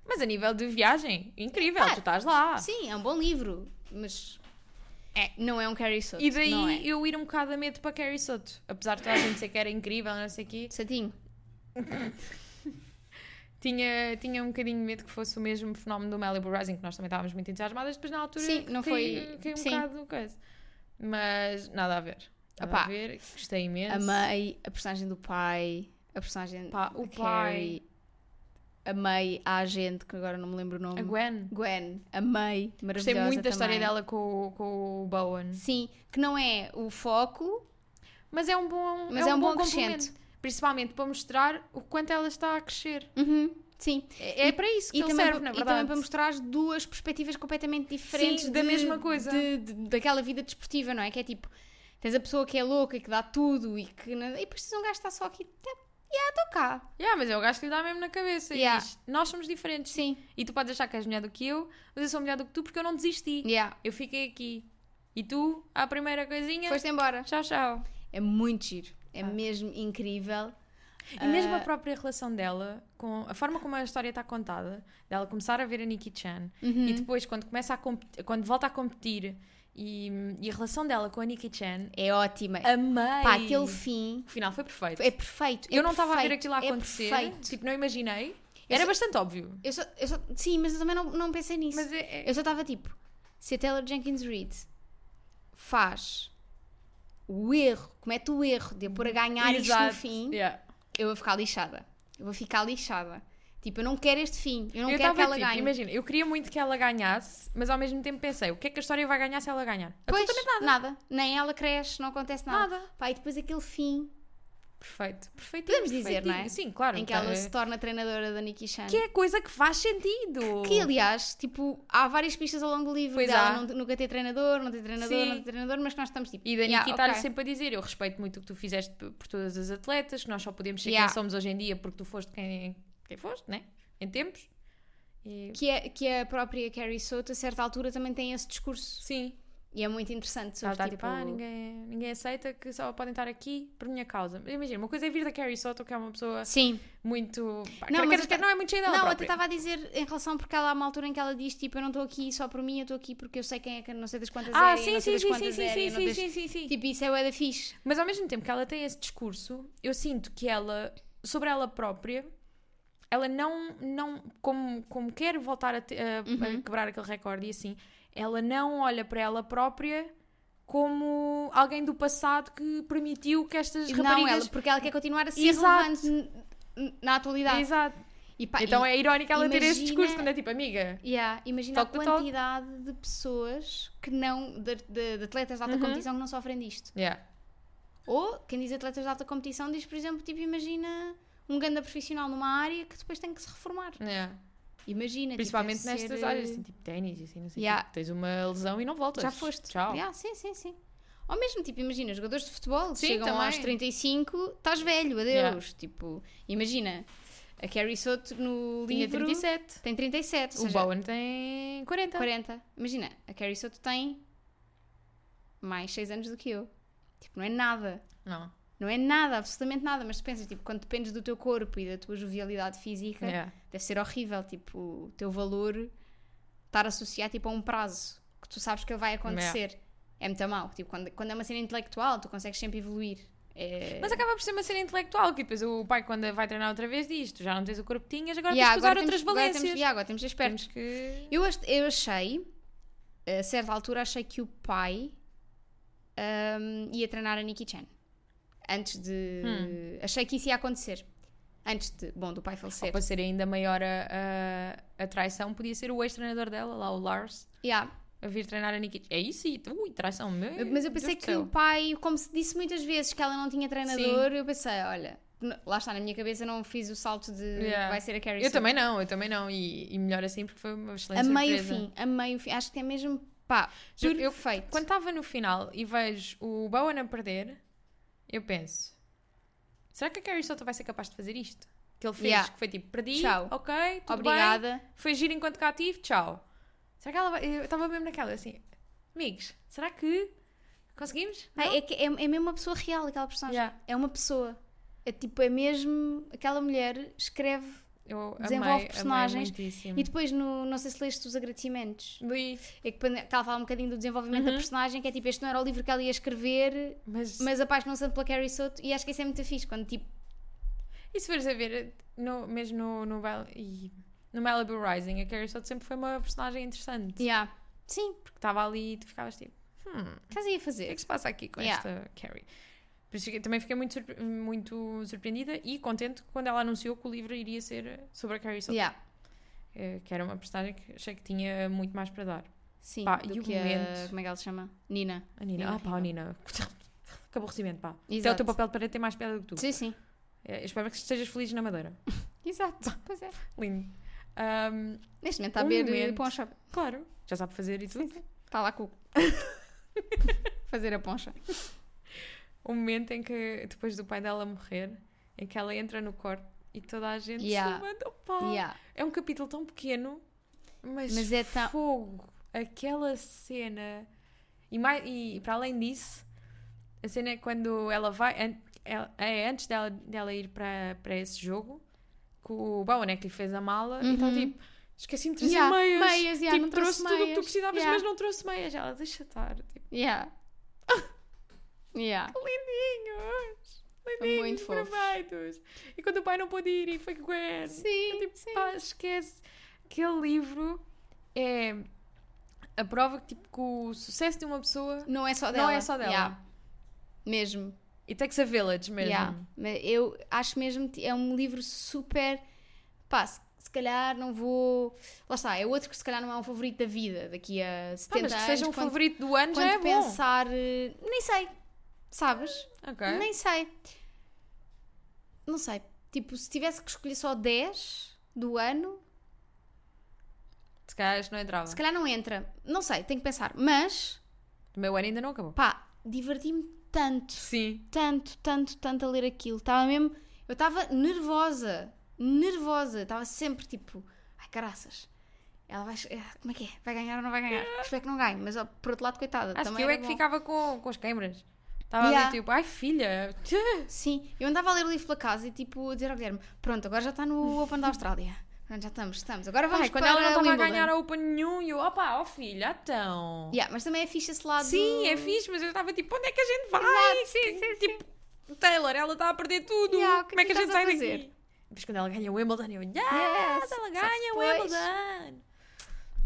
S3: Mas a nível de viagem, incrível,
S2: Ah,
S3: tu estás lá.
S2: Sim, é um bom livro, mas é, não é um Carrie Soto.
S3: E
S2: não
S3: daí
S2: é.
S3: eu ir um bocado a medo para Carrie Soto. Apesar de toda a gente dizer que era incrível, não sei o quê.
S2: Santinho,
S3: Tinha, tinha um bocadinho de medo que fosse o mesmo fenómeno do Malibu Rising, que nós também estávamos muito entusiasmadas, depois na altura
S2: Sim, não
S3: caiu-
S2: foi-
S3: caiu um
S2: sim.
S3: bocado o coisa. Mas nada a ver. Nada
S2: Opá.
S3: a ver, gostei imenso.
S2: a mãe, a personagem do pai, a personagem
S3: Pá,
S2: da
S3: o
S2: Carrie, a mãe, a agente, que agora não me lembro o nome.
S3: A Gwen.
S2: Gwen, a mãe, maravilhosa
S3: Gostei muito da história
S2: também.
S3: dela com, o- com o Bowen.
S2: Sim, que não é o foco,
S3: Mas é um bom,
S2: Mas é um bom
S3: complemento. Principalmente para mostrar o quanto ela está a crescer.
S2: Uhum, sim,
S3: É, é para isso que
S2: e
S3: ele
S2: também,
S3: serve,
S2: pa-
S3: na
S2: e
S3: verdade.
S2: também para mostrar duas perspectivas completamente diferentes
S3: da
S2: de-
S3: mesma coisa.
S2: de- de- daquela vida desportiva, não é? Que é tipo, tens a pessoa que é louca, que dá tudo e que. não- E depois tens um gajo que está só aqui, tá, yeah, estou cá.
S3: Yeah, mas é o gajo que lhe dá mesmo na cabeça.
S2: Yeah.
S3: E diz, nós somos diferentes.
S2: Sim,
S3: E tu podes achar que és melhor do que eu, mas eu sou melhor do que tu porque eu não desisti.
S2: yeah.
S3: Eu fiquei aqui. E tu, à primeira coisinha,
S2: Foste embora.
S3: tchau, tchau.
S2: É muito giro, é
S3: Ah.
S2: mesmo incrível.
S3: E mesmo a
S2: Ah.
S3: própria relação dela, com a forma como a história está contada, dela começar a ver a Nikki Chan
S2: Uhum.
S3: e depois quando começa a competir, quando volta a competir e, e a relação dela com a Nikki Chan,
S2: É ótima.
S3: amei.
S2: Pá, aquele fim
S3: O final foi perfeito.
S2: é perfeito. é
S3: eu não estava a ver
S2: perfeito,
S3: aquilo a
S2: é
S3: acontecer,
S2: perfeito.
S3: tipo, não imaginei.
S2: Eu
S3: Era
S2: só-
S3: bastante óbvio.
S2: Eu só, eu só, sim, mas eu também não, não pensei nisso.
S3: Mas é, é-
S2: Eu só estava tipo, se a Taylor Jenkins Reid faz o erro, comete o erro de eu pôr a ganhar
S3: Exato,
S2: isto no fim,
S3: yeah.
S2: eu vou ficar lixada. Eu vou ficar lixada. Tipo, eu não quero este fim. Eu não
S3: eu
S2: quero
S3: estava
S2: que ela
S3: tipo,
S2: ganhe.
S3: Imagina, eu queria muito que ela ganhasse, mas ao mesmo tempo pensei, o que é que a história vai ganhar se ela ganhar?
S2: Pois,
S3: Absolutamente
S2: nada. Nem ela cresce, não acontece nada.
S3: nada.
S2: Pá, e depois aquele fim
S3: Perfeito, perfeito.
S2: Podemos dizer, não é?
S3: Sim, claro.
S2: em que ela
S3: tá-
S2: se torna treinadora da Nikki Chan.
S3: Que é coisa que faz sentido.
S2: Que, aliás, tipo, há várias pistas ao longo do livro
S3: Pois
S2: dela
S3: há.
S2: não- nunca ter treinador, não ter treinador,
S3: Sim.
S2: não ter treinador, mas que nós estamos tipo.
S3: E Dani
S2: "Yeah,
S3: yeah, está-lhe
S2: ok."
S3: sempre a dizer: Eu respeito muito o que tu fizeste p- por todas as atletas, que nós só podemos ser
S2: Yeah.
S3: quem somos hoje em dia porque tu foste quem, quem foste, né? Em tempos. E-
S2: que, é, que a própria Carrie Soto, a certa altura, também tem esse discurso.
S3: Sim,
S2: E é muito interessante sobre
S3: ela está
S2: tipo,
S3: tipo, ah, ninguém, ninguém aceita que só podem estar aqui por minha causa. Mas imagina, uma coisa é vir da Carrie Soto, que é uma pessoa
S2: Sim.
S3: muito. Pá,
S2: Não,
S3: não,
S2: mas
S3: mas
S2: eu ta-
S3: não é muito cheia dela.
S2: não, eu até
S3: própria.
S2: estava a dizer em relação porque ela há uma altura em que ela diz tipo, eu não estou aqui só por mim, eu estou aqui porque eu sei quem é que não sei das quantas
S3: Ah,
S2: era, e eu
S3: sim,
S2: não sei
S3: sim,
S2: das
S3: sim, sim,
S2: quantas
S3: sim,
S2: era, e
S3: sim,
S2: eu não sei
S3: sim,
S2: das-
S3: sim, sim, sim.
S2: Tipo, isso é o Eda Fixe.
S3: Mas ao mesmo tempo que ela tem esse discurso, eu sinto que ela, sobre ela própria, ela não, não como, como quer voltar a, te- a- a
S2: Uhum.
S3: quebrar aquele recorde e assim, ela não olha para ela própria como alguém do passado que permitiu que estas
S2: Não, ela,
S3: raparigas...
S2: porque ela quer continuar a ser
S3: Exato.
S2: relevante n- n- na atualidade.
S3: Exato.
S2: E pá,
S3: então
S2: e-
S3: é irónico ela ter esse
S2: imagina-
S3: discurso quando é tipo, amiga...
S2: Yeah, imagina
S3: Talk
S2: a
S3: the talk.
S2: quantidade de pessoas que não, de, de- de atletas de alta
S3: Uhum.
S2: competição que não sofrem disto.
S3: Yeah.
S2: Ou quem diz atletas de alta competição diz, por exemplo, tipo, imagina um ganda profissional numa área que depois tem que se reformar.
S3: Yeah.
S2: Imagina.
S3: Principalmente
S2: É tipo, deve
S3: nestas
S2: ser,
S3: áreas,
S2: eh,
S3: assim, tipo ténis e assim, não sei o
S2: Yeah.
S3: quê. Tens uma lesão e não voltas.
S2: Já foste.
S3: Tchau.
S2: Yeah, sim, sim, sim. Ou mesmo, tipo, imagina, jogadores de futebol
S3: Sim,
S2: chegam
S3: também.
S2: aos 35, estás velho, adeus.
S3: Yeah.
S2: Tipo, imagina, a Carrie Soto no
S3: Tinha
S2: livro
S3: 37.
S2: tem 37, ou
S3: O
S2: seja,
S3: Bowen tem 40.
S2: 40. Imagina, a Carrie Soto tem mais 6 anos do que eu. Tipo, não é nada.
S3: Não.
S2: Não é nada, absolutamente nada, mas tu pensas, tipo, quando dependes do teu corpo e da tua jovialidade física,
S3: Yeah.
S2: deve ser horrível, tipo, o teu valor estar associado, tipo, a um prazo que tu sabes que ele vai acontecer. É muito mau. Tipo, quando, quando é uma cena intelectual, tu consegues sempre evoluir. É...
S3: Mas acaba por ser uma cena intelectual, que depois o pai, quando vai treinar outra vez, diz: Tu já não tens o corpo que tinhas, agora
S2: Yeah,
S3: tens que usar
S2: temos-
S3: outras
S2: agora
S3: valências.
S2: Temos, yeah, agora temos de ser espertos.
S3: Temos que.
S2: Eu, ach- eu achei, a certa altura, achei que o pai hum, ia treinar a Nikki Chan. Antes de.
S3: Hum.
S2: Achei que isso ia acontecer. Antes de. Bom, do pai
S3: Ou
S2: falecer.
S3: para ser ainda maior a, a, a traição, podia ser o ex-treinador dela, lá o Lars,
S2: Yeah.
S3: a vir treinar a Nikita. É isso e ui, traição meu.
S2: Mas eu pensei
S3: é, Deus do
S2: que
S3: céu.
S2: o pai, como se disse muitas vezes que ela não tinha treinador, eu pensei, olha, n- lá está, na minha cabeça não fiz o salto de
S3: Yeah.
S2: vai ser a Carrie
S3: Eu
S2: Sim.
S3: também não, eu também não. E, e melhor assim porque foi uma excelente
S2: Amei o
S3: surpresa.
S2: fim, amei o fim. Acho que é mesmo, pá,
S3: Eu- eu-
S2: perfeito.
S3: Quando estava no final e vejo o Bowen a perder, eu penso: será que a Carrie Soto vai ser capaz de fazer isto? Que ele fez,
S2: Yeah.
S3: que foi tipo: perdi,
S2: Tchau.
S3: ok, tudo bem,
S2: Obrigada.
S3: foi giro enquanto cá tive, tchau. Será que ela vai. Eu estava mesmo naquela, assim: amigos, será que conseguimos?
S2: Pá, é, que é, é mesmo uma pessoa real, aquela personagem.
S3: Yeah.
S2: É uma pessoa. É tipo, é mesmo. Aquela mulher escreve.
S3: Eu
S2: Desenvolve
S3: amei,
S2: personagens
S3: amei muitíssimo.
S2: E depois, no, não sei se leste os agradecimentos.
S3: Li,
S2: É que quando- que ela fala um bocadinho do desenvolvimento
S3: Uhum.
S2: da personagem, que é tipo, este não era o livro que ela ia escrever,
S3: mas,
S2: mas apaixonou-se pela Carrie Soto. E acho que isso é muito fixe, quando tipo.
S3: e se fores a ver, no, mesmo no, no, Bal- e- no Malibu Rising, a Carrie Soto sempre foi uma personagem interessante.
S2: Yeah. Sim,
S3: Porque estava ali e tu ficavas tipo: hum,
S2: o que estás aí a
S3: O que é
S2: fazer?
S3: que se passa aqui com
S2: Yeah.
S3: esta Carrie? Por isso que também fiquei muito, surpre- muito surpreendida e contente quando ela anunciou que o livro iria ser sobre a Carrie Soto,
S2: Yeah.
S3: eh, que era uma personagem que achei que tinha muito mais para dar.
S2: Sim,
S3: Pá,
S2: do
S3: e o
S2: que a-
S3: momento?
S2: Como é que ela se chama? Nina.
S3: A Nina,
S2: Nina
S3: ah pá,
S2: Riva.
S3: a Nina, que aborrecimento, pá. Até o
S2: Exato.
S3: teu papel de parede tem mais piada do que tu.
S2: Sim, sim.
S3: Eh, eu espero que estejas feliz na Madeira.
S2: Exato. Pois é.
S3: Lindo. Ahm,
S2: Neste momento está a
S3: Um
S2: ver
S3: momento.
S2: um poncha.
S3: claro, já sabe fazer e tudo.
S2: Está lá com. o- fazer a poncha.
S3: O momento em que, depois do pai dela morrer, em que ela entra no corte e toda a gente
S2: Yeah.
S3: se levanta, pá.
S2: Yeah.
S3: É um capítulo tão pequeno, mas,
S2: Mas é tão-
S3: fogo. Aquela cena. E, mais, e para além disso, a cena é quando ela vai. an- ela- é antes dela, dela ir para, para esse jogo, que o Bowen é que lhe fez a mala e está
S2: Uhum.
S3: tipo. Esqueci-me de trazer
S2: Yeah,
S3: meias.
S2: meias, yeah,
S3: tipo,
S2: não trouxe
S3: trouxe, tudo o que tu
S2: meias.
S3: precisavas,
S2: Yeah.
S3: mas não trouxe meias. Ela deixa estar. Tipo,
S2: Yeah. yeah.
S3: lindinhos!
S2: Foi
S3: Lindinhos,
S2: muito fofos.
S3: perfeitos! E quando o pai não pôde ir e foi com ele.
S2: Sim,
S3: tipo,
S2: sim.
S3: pá, esquece. Aquele livro é a prova que, tipo, que o sucesso de uma pessoa
S2: Não é só
S3: não
S2: dela.
S3: é só dela.
S2: Yeah. Mesmo.
S3: It takes a village mesmo.
S2: Yeah. Mas eu acho mesmo que é um livro super. Pá, se, se calhar não vou. Lá está, é outro que se calhar não é um favorito da vida daqui a
S3: Pá,
S2: 70
S3: mas que
S2: anos.
S3: seja um
S2: quando
S3: favorito do ano já
S2: quando
S3: é bom.
S2: pensar. eh, Nem sei. Sabes?
S3: Ok.
S2: Nem sei. Não sei. Tipo, se tivesse que escolher só 10 do ano,
S3: Se calhar isto não entrava.
S2: se calhar não entra. Não sei, tenho que pensar. Mas,
S3: O meu ano ainda não acabou.
S2: pá, diverti-me tanto,
S3: Sim.
S2: tanto, tanto, tanto a ler aquilo. Estava mesmo. Eu estava nervosa. Nervosa. Estava sempre tipo, ai caraças. Ela vai. eh, Como é que é? Vai ganhar ou não vai ganhar? Espero que não ganhe, mas ó, por outro lado, coitada.
S3: Acho
S2: também
S3: que eu
S2: era
S3: é que
S2: bom.
S3: ficava com, com as câimbras. Estava
S2: Yeah.
S3: ali tipo, ai filha,
S2: Sim, eu andava a ler o livro pela casa e tipo a dizer ao Guilherme: Pronto, agora já está no Open da Austrália. Pronto, já estamos, estamos. Agora vamos
S3: Ai, quando
S2: para
S3: ela não estava a
S2: Wimbledon."
S3: ganhar a Open nenhum, e eu, opá, ó filha, então.
S2: Yeah, mas também é fixe esse lado.
S3: Sim, é fixe, mas eu estava tipo, onde é que a gente vai?
S2: Exato, sim,
S3: Que-
S2: sim,
S3: tipo, Taylor, ela está a perder tudo.
S2: Yeah, o que
S3: Como é
S2: tu
S3: que a gente
S2: estás
S3: sai
S2: a fazer?
S3: daqui? Depois quando ela ganha o Wimbledon, eu, yes,
S2: Yes,
S3: ela
S2: só
S3: ganha o
S2: depois.
S3: Wimbledon.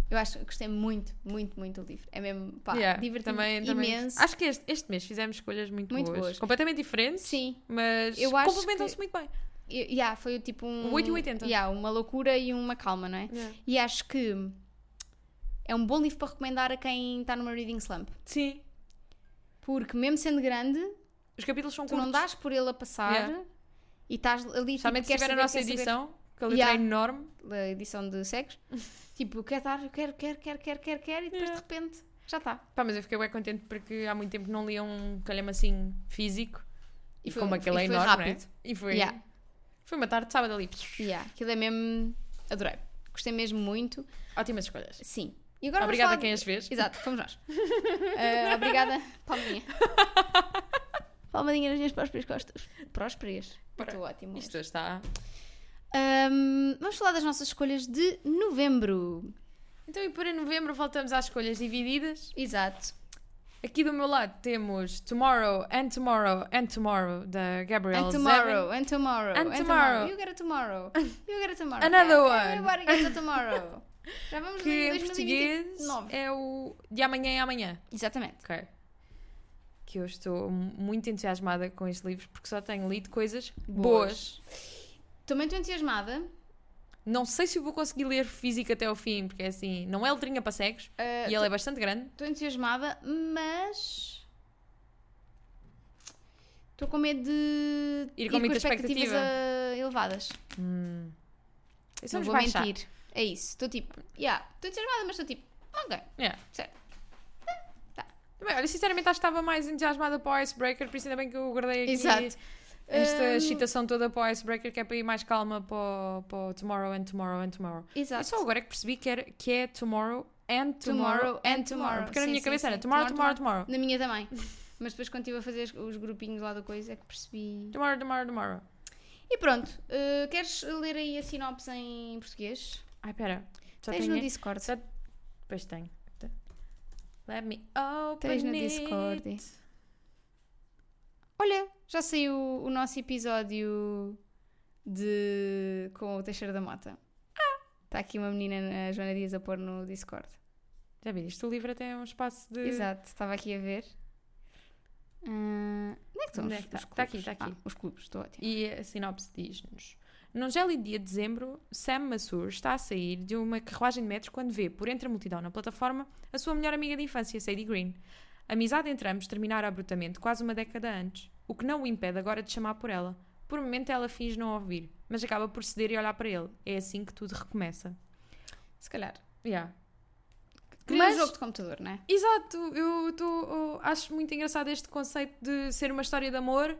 S2: Eu acho que gostei muito, muito, muito do livro. É mesmo, pá,
S3: Yeah,
S2: divertido
S3: também- também-
S2: imenso.
S3: Acho que este, este mês fizemos escolhas muito,
S2: Muito
S3: boas.
S2: boas.
S3: Completamente diferentes,
S2: Sim,
S3: mas
S2: Eu acho
S3: complementam-se muito bem.
S2: e- yeah, foi tipo um.
S3: Um 8 e 80.
S2: Yeah, uma loucura e uma calma, não é? E acho que é um bom livro para recomendar a quem está numa reading slump.
S3: Sim,
S2: Porque mesmo sendo grande,
S3: os capítulos são
S2: tu não
S3: curtos.
S2: dás tipo, por ele a passar
S3: Yeah.
S2: e estás ali.
S3: Especialmente se
S2: tipo, queres
S3: tiver a
S2: saber,
S3: nossa
S2: queres saber.
S3: edição, que a letra
S2: Yeah.
S3: é enorme.
S2: da edição de sexo. tipo, quer estar, eu quero, quero, quero, quero, quero, quero, e depois
S3: Yeah.
S2: de repente já tá. está.
S3: Pá, mas eu fiquei bem contente porque há muito tempo não lia um calhama assim físico.
S2: E
S3: E,
S2: foi-
S3: como aquele
S2: e
S3: é
S2: foi
S3: enorme, não é?
S2: rápido.
S3: E foi,
S2: Yeah.
S3: foi uma tarde de sábado ali.
S2: Yeah, aquilo é mesmo. Adorei. Gostei mesmo muito.
S3: Ótimas escolhas.
S2: Sim. E agora
S3: Obrigada a
S2: vamos falar...
S3: quem as fez.
S2: Exato, fomos nós. Ah, obrigada. Palminha. Palmadinha nas minhas próprias costas. Prósperas.
S3: Para-
S2: Estou ótimo.
S3: Isto está.
S2: Ahm, vamos falar das nossas escolhas de novembro.
S3: Então, e para novembro voltamos às escolhas divididas.
S2: Exato.
S3: Aqui do meu lado temos Tomorrow and Tomorrow and Tomorrow da Gabrielle
S2: And
S3: Zevin.
S2: tomorrow, and tomorrow,
S3: And tomorrow.
S2: You get a tomorrow. You get a tomorrow.
S3: Another
S2: Yeah,
S3: one.
S2: Everybody gets a tomorrow. Já vamos
S3: Que
S2: em
S3: em
S2: 2029.
S3: português é o de amanhã é amanhã.
S2: Exatamente.
S3: Ok. Que eu estou mu- muito entusiasmada com este livro porque só tenho lido coisas boas.
S2: Também estou entusiasmada.
S3: Não sei se eu vou conseguir ler física até ao fim, porque é assim, não é letrinha para cegos
S2: Ah,
S3: e ela é bastante grande.
S2: Estou entusiasmada, mas. Estou com medo de.
S3: Ir com muita expectativa.
S2: ah, elevadas.
S3: Isso
S2: Não
S3: nos
S2: vou
S3: vai achar.
S2: mentir. É isso. Estou tipo. Yeah. Estou entusiasmada, mas estou tipo. Ok.
S3: Yeah.
S2: Certo.
S3: Bem, olha, sinceramente acho que estava mais entusiasmada para o Icebreaker, por isso ainda bem que eu guardei aqui
S2: Exato.
S3: esta
S2: Hum.
S3: excitação toda para o Icebreaker, que é para ir mais calma para, o- para o Tomorrow and Tomorrow and Tomorrow.
S2: Exato.
S3: E só agora é que percebi que, era, que é Tomorrow and Tomorrow,
S2: Tomorrow
S3: and
S2: and
S3: Tomorrow. Porque na
S2: Sim,
S3: minha
S2: sim,
S3: cabeça era
S2: sim.
S3: tomorrow, tomorrow,
S2: Tomorrow,
S3: tomorrow.
S2: Na minha também. Mas depois quando estive a fazer os grupinhos lá da coisa é que percebi.
S3: Tomorrow, tomorrow, tomorrow.
S2: E pronto. ah, queres ler aí a sinopse em português?
S3: Ai, pera. Só
S2: Tens
S3: tenho...
S2: no Discord.
S3: Só- Pois tenho. Tá. Let me open
S2: Tens no
S3: it.
S2: Discord. Olha, já saiu o nosso episódio de com o Teixeira da Mota. Está aqui uma menina, a Joana Dias, a pôr no Discord.
S3: Já vi, isto o livro até é um espaço de...
S2: Exato, estava aqui a ver. Ah, onde é que estão
S3: Onde
S2: os,
S3: é que tá?
S2: os
S3: Tá aqui,
S2: clubes?
S3: tá aqui.
S2: Ah, os clubes, estou ótima.
S3: E a sinopse diz-nos: Num gélido dia de dezembro, Sam Massur está a sair de uma carruagem de metros quando vê, por entre a multidão na plataforma, a sua melhor amiga de infância, Sadie Green. A amizade entre ambos terminara abruptamente quase uma década antes, o que não o impede agora de chamar por ela. Por um momento ela finge não ouvir, mas acaba por ceder e olhar para ele. É assim que tudo recomeça.
S2: Se calhar.
S3: Yeah.
S2: Queria
S3: Mas-
S2: um jogo de computador, não é?
S3: Exato, eu, tô- eu acho muito engraçado este conceito de ser uma história de amor,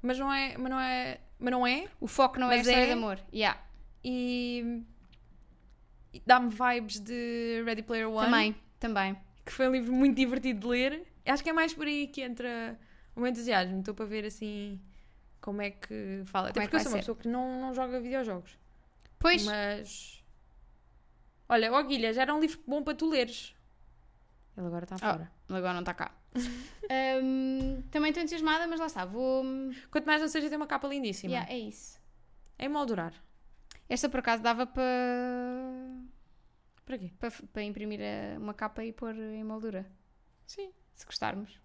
S3: mas não é, mas não é, mas não é.
S2: O foco não é a
S3: Mas
S2: história
S3: é-
S2: de amor. Yeah,
S3: e, e dá-me vibes de Ready Player One,
S2: também, também.
S3: que foi um livro muito divertido de ler. Acho que é mais por aí que entra o meu entusiasmo. Estou para ver assim como é que fala. Até
S2: Como é que
S3: porque eu
S2: vai
S3: sou uma
S2: ser?
S3: pessoa que não, não joga videojogos.
S2: Pois,
S3: Mas olha, ó Guilha, já era um livro bom para tu leres. Ele agora
S2: Oh.
S3: está fora.
S2: ele agora não está cá. Ahm, também estou entusiasmada, mas lá está, vou.
S3: Quanto mais não seja, tem uma capa lindíssima.
S2: Yeah, é isso.
S3: É emoldurar.
S2: Esta por acaso dava para
S3: Para quê?
S2: para f- para imprimir a- uma capa e pôr em moldura,
S3: Sim.
S2: se gostarmos.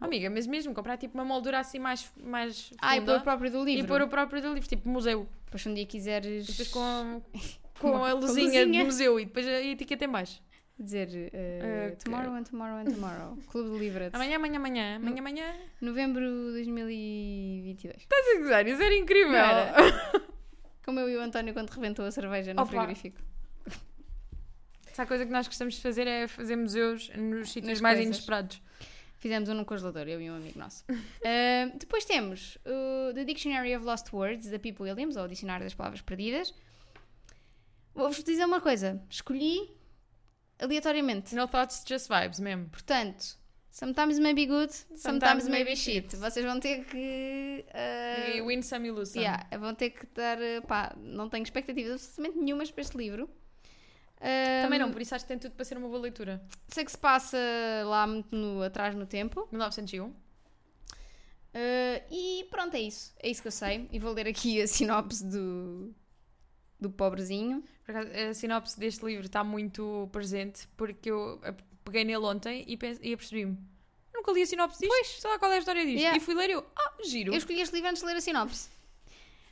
S3: Amiga, mas mesmo comprar tipo uma moldura assim mais, mais funda
S2: Ah, e pôr o próprio do livro.
S3: e pôr o próprio do livro, tipo museu.
S2: Depois se um dia quiseres
S3: E depois com a, com a
S2: Com a
S3: luzinha do
S2: luzinha.
S3: museu e depois a etiqueta em baixo.
S2: dizer eh,
S3: Ok.
S2: Tomorrow and Tomorrow and Tomorrow, Clube do Livro,
S3: Amanhã, amanhã, amanhã, amanhã, amanhã.
S2: novembro de 2022.
S3: Se quiser, isso era incrível.
S2: Era. Como eu e o António quando rebentou a cerveja no
S3: Opa.
S2: frigorífico.
S3: Se há coisa que nós gostamos de fazer é fazer museus nos sítios
S2: Nas
S3: mais
S2: coisas.
S3: inesperados.
S2: Fizemos um no congelador, eu e um amigo nosso. Ah, depois temos o The Dictionary of Lost Words, da Pip Williams, ou o Dicionário das Palavras Perdidas. Vou-vos dizer uma coisa. Escolhi aleatoriamente.
S3: No thoughts, just vibes mesmo.
S2: Portanto, sometimes may be good, sometimes,
S3: Sometimes
S2: may
S3: may
S2: be
S3: be
S2: shit. Vocês vão ter que... ah,
S3: E win some, you lose some.
S2: Yeah, vão ter que dar. eh, Pá, não tenho expectativas absolutamente nenhumas para este livro. Ahm,
S3: Também não, por isso acho que tem tudo para ser uma boa leitura.
S2: Sei que se passa lá muito no- atrás no tempo.
S3: 1901.
S2: Ah, e pronto, é isso. É isso que eu sei. E vou ler aqui a sinopse do. do pobrezinho.
S3: Por acaso, a sinopse deste livro está muito presente porque eu eh, peguei nele ontem e, pense- e apercebi-me. Eu Nunca li a sinopse disto, sei lá qual é a história disto.
S2: Yeah.
S3: E fui ler e eu, ah, giro.
S2: Eu escolhi este livro antes de ler a sinopse.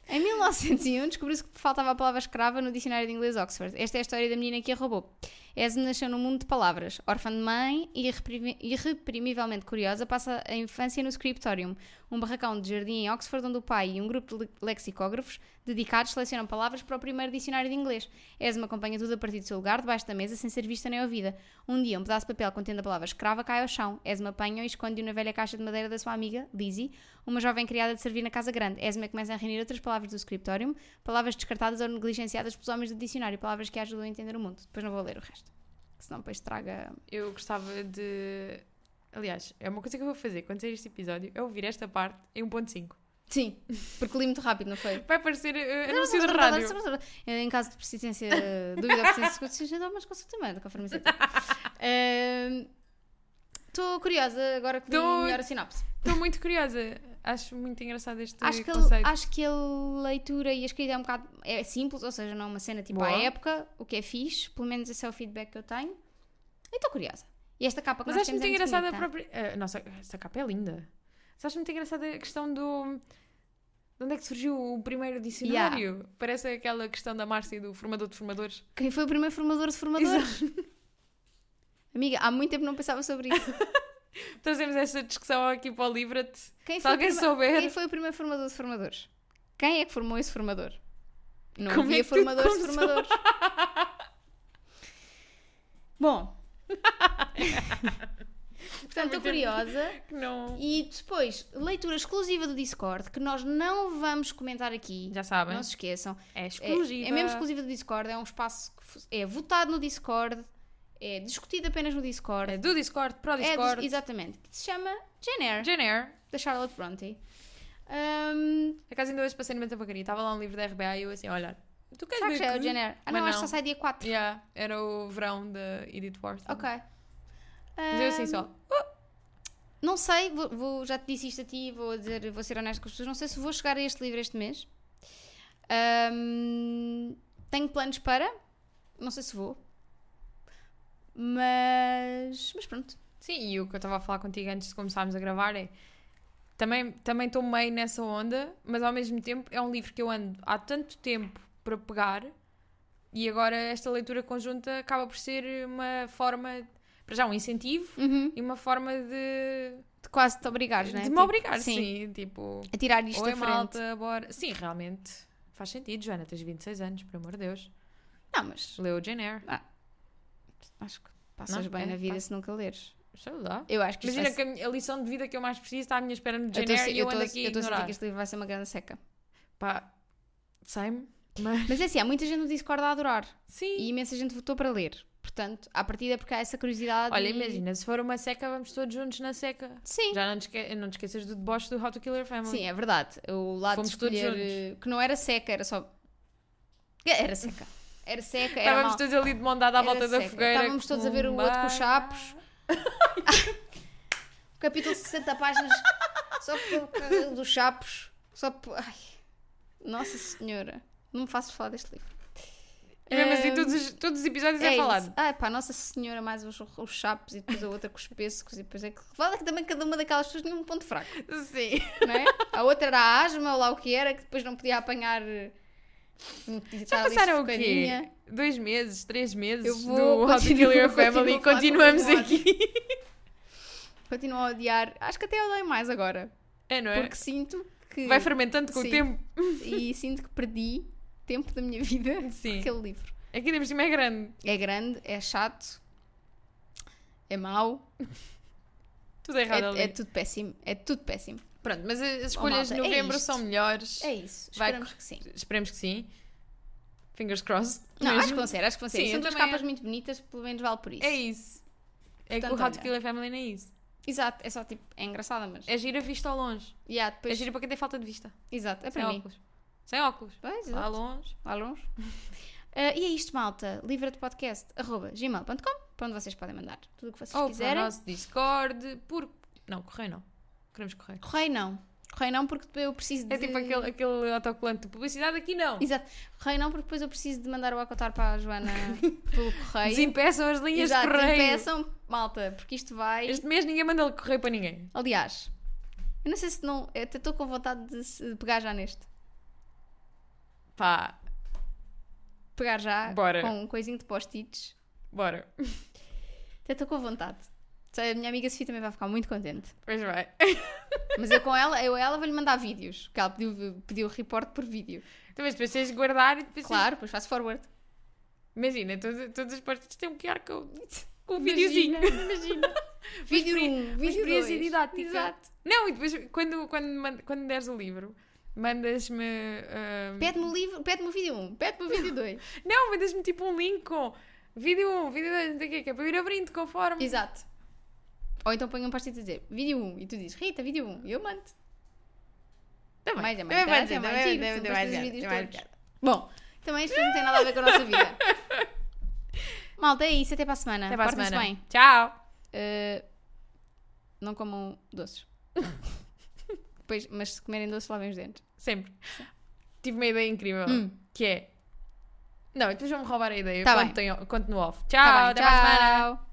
S2: Em 1901 descobriu-se que faltava a palavra escrava no dicionário de inglês Oxford. Esta é a história da menina que a roubou. Esme nasceu num mundo de palavras. Órfã de mãe e irreprimi- irreprimivelmente curiosa, passa a infância no Scriptorium, um barracão de jardim em Oxford onde o pai e um grupo de le- lexicógrafos dedicados selecionam palavras para o primeiro dicionário de inglês. Esme acompanha tudo a partir do seu lugar, debaixo da mesa, sem ser vista nem ouvida. Um dia, um pedaço de papel contendo a palavra escrava cai ao chão. Esma apanha-o e esconde-o na velha caixa de madeira da sua amiga, Lizzie, uma jovem criada de servir na casa grande. Esma começa a reunir outras palavras do scriptorium, palavras descartadas ou negligenciadas pelos homens do dicionário, palavras que a ajudam a entender o mundo. Depois não vou ler o resto, que senão depois estraga.
S3: Eu gostava de. Aliás, é uma coisa que eu vou fazer quando sair este episódio: é ouvir esta parte em 1.5.
S2: Sim, porque li muito rápido, não foi?
S3: Vai parecer eh, anúncio de rádio.
S2: Em caso de persistência, dúvida, persistência, consistência, dá umas consultas médicas, Estou curiosa agora que li
S3: Tô-
S2: melhor a sinopse.
S3: Estou muito curiosa. Acho muito engraçado este
S2: acho que,
S3: Tipo, conceito.
S2: ele, acho que a leitura e a escrita é um bocado é simples, ou seja, não é uma cena tipo
S3: Boa.
S2: à época, o que é fixe, pelo menos esse é o feedback que eu tenho. E estou curiosa. E esta capa que
S3: Mas
S2: nós
S3: acho
S2: temos
S3: muito
S2: é
S3: engraçada a
S2: bonita.
S3: própria. eh, nossa, esta capa é linda. Mas acho muito engraçada a questão do. De onde é que surgiu o primeiro dicionário? Parece aquela questão da Márcia do formador de formadores.
S2: Quem foi o primeiro formador de formadores? Amiga, há muito tempo não pensava sobre isso.
S3: Trazemos esta discussão aqui para o Livra-te.
S2: Quem
S3: Se
S2: foi o
S3: alguém
S2: prime-
S3: souber.
S2: Quem foi o primeiro formador de formadores? Quem é que formou esse formador? Não
S3: Como é
S2: havia
S3: que tudo
S2: formadores de
S3: começou?
S2: formadores. Bom. Portanto, estou curiosa.
S3: Que não.
S2: E depois, leitura exclusiva do Discord, que nós não vamos comentar aqui.
S3: Já sabem.
S2: Não se esqueçam.
S3: É
S2: É,
S3: exclusiva.
S2: é mesmo exclusiva do Discord, é um espaço que fu- é votado no Discord, é discutido apenas no Discord.
S3: É do Discord, para o
S2: É
S3: Discord.
S2: dis- exatamente. Que se chama Jane Eyre,
S3: Jane Eyre.
S2: da Charlotte Bronte. Um, Ahm,
S3: Por acaso ainda hoje passei numa tabacaria. Estava lá um livro da RBA e eu assim, olha, tu queres
S2: será
S3: ver
S2: que já é
S3: que-
S2: o Jane Eyre? Ah, não, acho
S3: Mas
S2: que só
S3: não.
S2: sai dia 4.
S3: Yeah, era o verão da Edith Wharton.
S2: Ok.
S3: Mas eu assim
S2: Ahm,
S3: só.
S2: Não sei, vou, vou- já te disse isto a ti, vou, dizer, vou ser honesta com as pessoas, não sei se vou chegar a este livro este mês. Ahm, tenho planos para, não sei se vou. Mas, mas pronto.
S3: Sim, e o que eu estava a falar contigo antes de começarmos a gravar é. Também também estou meio nessa onda, mas ao mesmo tempo é um livro que eu ando há tanto tempo para pegar e agora esta leitura conjunta acaba por ser uma forma. Para já, um incentivo
S2: Uhum.
S3: e uma forma de.
S2: De quase te obrigares, não é?
S3: de me
S2: Tipo,
S3: obrigar,
S2: sim.
S3: sim. Tipo.
S2: A tirar isto
S3: Oi,
S2: da frente.
S3: malta, bora. Sim, realmente. Faz sentido, Joana. Tens 26 anos, por amor de Deus.
S2: Não, mas
S3: Leu o Jane Eyre.
S2: acho que passas
S3: Não,
S2: bem
S3: é,
S2: na vida
S3: passa.
S2: se nunca leres.
S3: Sei lá.
S2: Eu acho que isto vai
S3: Imagina que a minha- a lição de vida que eu mais preciso está à minha espera no
S2: ser- eu
S3: Jane
S2: tô a
S3: Eyre
S2: se-
S3: e eu
S2: tô a-
S3: ando aqui a
S2: Eu estou a sentir
S3: ignorar.
S2: que este livro vai ser uma grande seca.
S3: Pá, sei-me, mas...
S2: Mas é assim, há muita gente no Discord a adorar
S3: Sim.
S2: e imensa gente votou para ler. Portanto, à partida é porque há essa curiosidade.
S3: Olha,
S2: e-
S3: imagina, se for uma seca, vamos todos juntos na seca.
S2: Sim.
S3: Já não te, esque... não te esqueças do deboche do How to Kill Your Family.
S2: Sim, é verdade. O lado
S3: Fomos
S2: de
S3: todos
S2: escolher eh, que não era seca, era só. Era seca. Era seca, era
S3: Estávamos
S2: mal.
S3: todos ali de mão dada à
S2: Era
S3: volta da
S2: seca.
S3: fogueira. um
S2: Estávamos todos a ver o outro com chapos. Capítulo 60 páginas só por causa dos chapos. Só por. Ai. Nossa Senhora. Não me faço falar deste livro.
S3: E mesmo assim,
S2: Hum,
S3: todos os, todos os episódios é,
S2: isso.
S3: falado.
S2: Ah, pá, Nossa Senhora, mais os, os chapos e depois a outra com os pêssegos e depois é que. Fala que também cada uma daquelas pessoas tinha um ponto fraco.
S3: Sim.
S2: não é? A outra era a asma, ou lá o que era, que depois não podia apanhar. eh, um não podia estar
S3: Já
S2: ali
S3: passaram o quê?
S2: sufocadinha.
S3: Dois meses, três meses
S2: Eu vou-
S3: do How to Kill
S2: continuo-
S3: Your
S2: continuo
S3: Family e
S2: a falar
S3: continuamos
S2: com o
S3: aqui.
S2: Continuo a odiar. Acho que até odeio mais agora.
S3: É, não é?
S2: Porque sinto que.
S3: Vai fermentando com
S2: Sim.
S3: o tempo.
S2: e sinto que perdi tempo da minha vida com
S3: Sim.
S2: aquele livro.
S3: Aqui ainda por cima é grande.
S2: É grande, é chato, é mau,
S3: Tudo errado ali. Oh,
S2: é, é tudo péssimo. É tudo péssimo.
S3: Pronto, mas as escolhas
S2: malta,
S3: de
S2: é
S3: novembro
S2: isto.
S3: são melhores.
S2: É isso.
S3: Vai
S2: Esperamos que sim.
S3: Esperemos que sim. Fingers crossed.
S2: Não,
S3: mesmo.
S2: acho que vão ser, acho que vão ser.
S3: Sim,
S2: E São
S3: eu
S2: duas
S3: também
S2: capas
S3: acho.
S2: muito bonitas, pelo menos vale por isso.
S3: É isso. É que o
S2: Portanto,
S3: How to
S2: olha.
S3: Kill a Family não é isso.
S2: Exato, é só tipo, é engraçada, mas.
S3: É gira vista ao longe.
S2: Yeah,
S3: É
S2: depois...
S3: gira para quem tem falta de vista.
S2: Exato, é
S3: Sem
S2: para mim.
S3: óculos. Sem óculos.
S2: Pois,
S3: Lá
S2: exato.
S3: longe.
S2: lá longe. Ah, e é isto, malta. Livra de podcast, arroba gmail.com, para onde vocês podem mandar tudo o que vocês
S3: Ou para o
S2: quiserem.
S3: nosso Discord. Por... Não, correio não. Queremos correio.
S2: Correio não. Correio não, porque depois eu preciso de.
S3: É tipo aquele, aquele autocolante de publicidade. Aqui não.
S2: Exato. Correio não, porque depois eu preciso de mandar o acotar para a Joana pelo correio.
S3: Desimpeçam as linhas
S2: Exato,
S3: de correio.
S2: impeçam, malta, porque isto vai.
S3: Este mês ninguém manda correio para ninguém.
S2: Aliás, eu não sei se não. eu Até estou com vontade de se- de pegar já neste.
S3: Pá,
S2: Pegar já
S3: Bora.
S2: com um coisinho de post-its.
S3: bora.
S2: Até estou com vontade. Sei, A minha amiga Sofia também vai ficar muito contente.
S3: Pois vai.
S2: Mas eu com ela, eu a ela vou-lhe mandar vídeos, que ela pediu, pediu report por vídeo.
S3: Então, mas depois tens de guardar e depois tens-
S2: Claro, depois faço forward.
S3: Imagina, todas, todas as partes têm um QR Code com um videozinho.
S2: Imagina. vídeo
S3: Uma experi-
S2: 1,
S3: Uma
S2: vídeo
S3: experiência
S2: 2.
S3: didática.
S2: Exato.
S3: Não, e depois, quando, quando, man- quando deres o livro, mandas-me. ah,
S2: Pede-me o livro, pede-me o vídeo 1, pede-me o vídeo 2.
S3: Não, mandas-me tipo um link com vídeo 1, vídeo 2, não sei o quê, que é para eu ir abrindo conforme.
S2: Exato. Ou então põe um post-it a dizer vídeo 1 e tu dizes Rita, vídeo 1 e eu mando.
S3: Também.
S2: mais é
S3: Também vai
S2: mais
S3: dizer,
S2: é mais
S3: também
S2: giro,
S3: vai
S2: são
S3: dizer,
S2: depois dos
S3: também
S2: vídeos
S3: vai
S2: todos.
S3: dizer.
S2: Bom, também isto não tem nada a ver com a nossa vida. Malta, é isso, até para a semana.
S3: Até para a
S2: Portem-se
S3: semana.
S2: bem.
S3: Tchau.
S2: Uh, não comam doces. Pois, mas se comerem doces, lavem os dentes.
S3: Sempre. Tive uma ideia incrível,
S2: Hum.
S3: que é. Não, depois vão-me roubar a ideia.
S2: Tá
S3: conto,
S2: bem.
S3: tenho- conto no off. Tchau,
S2: Tá bem,
S3: Ah, até para a semana.
S2: tchau.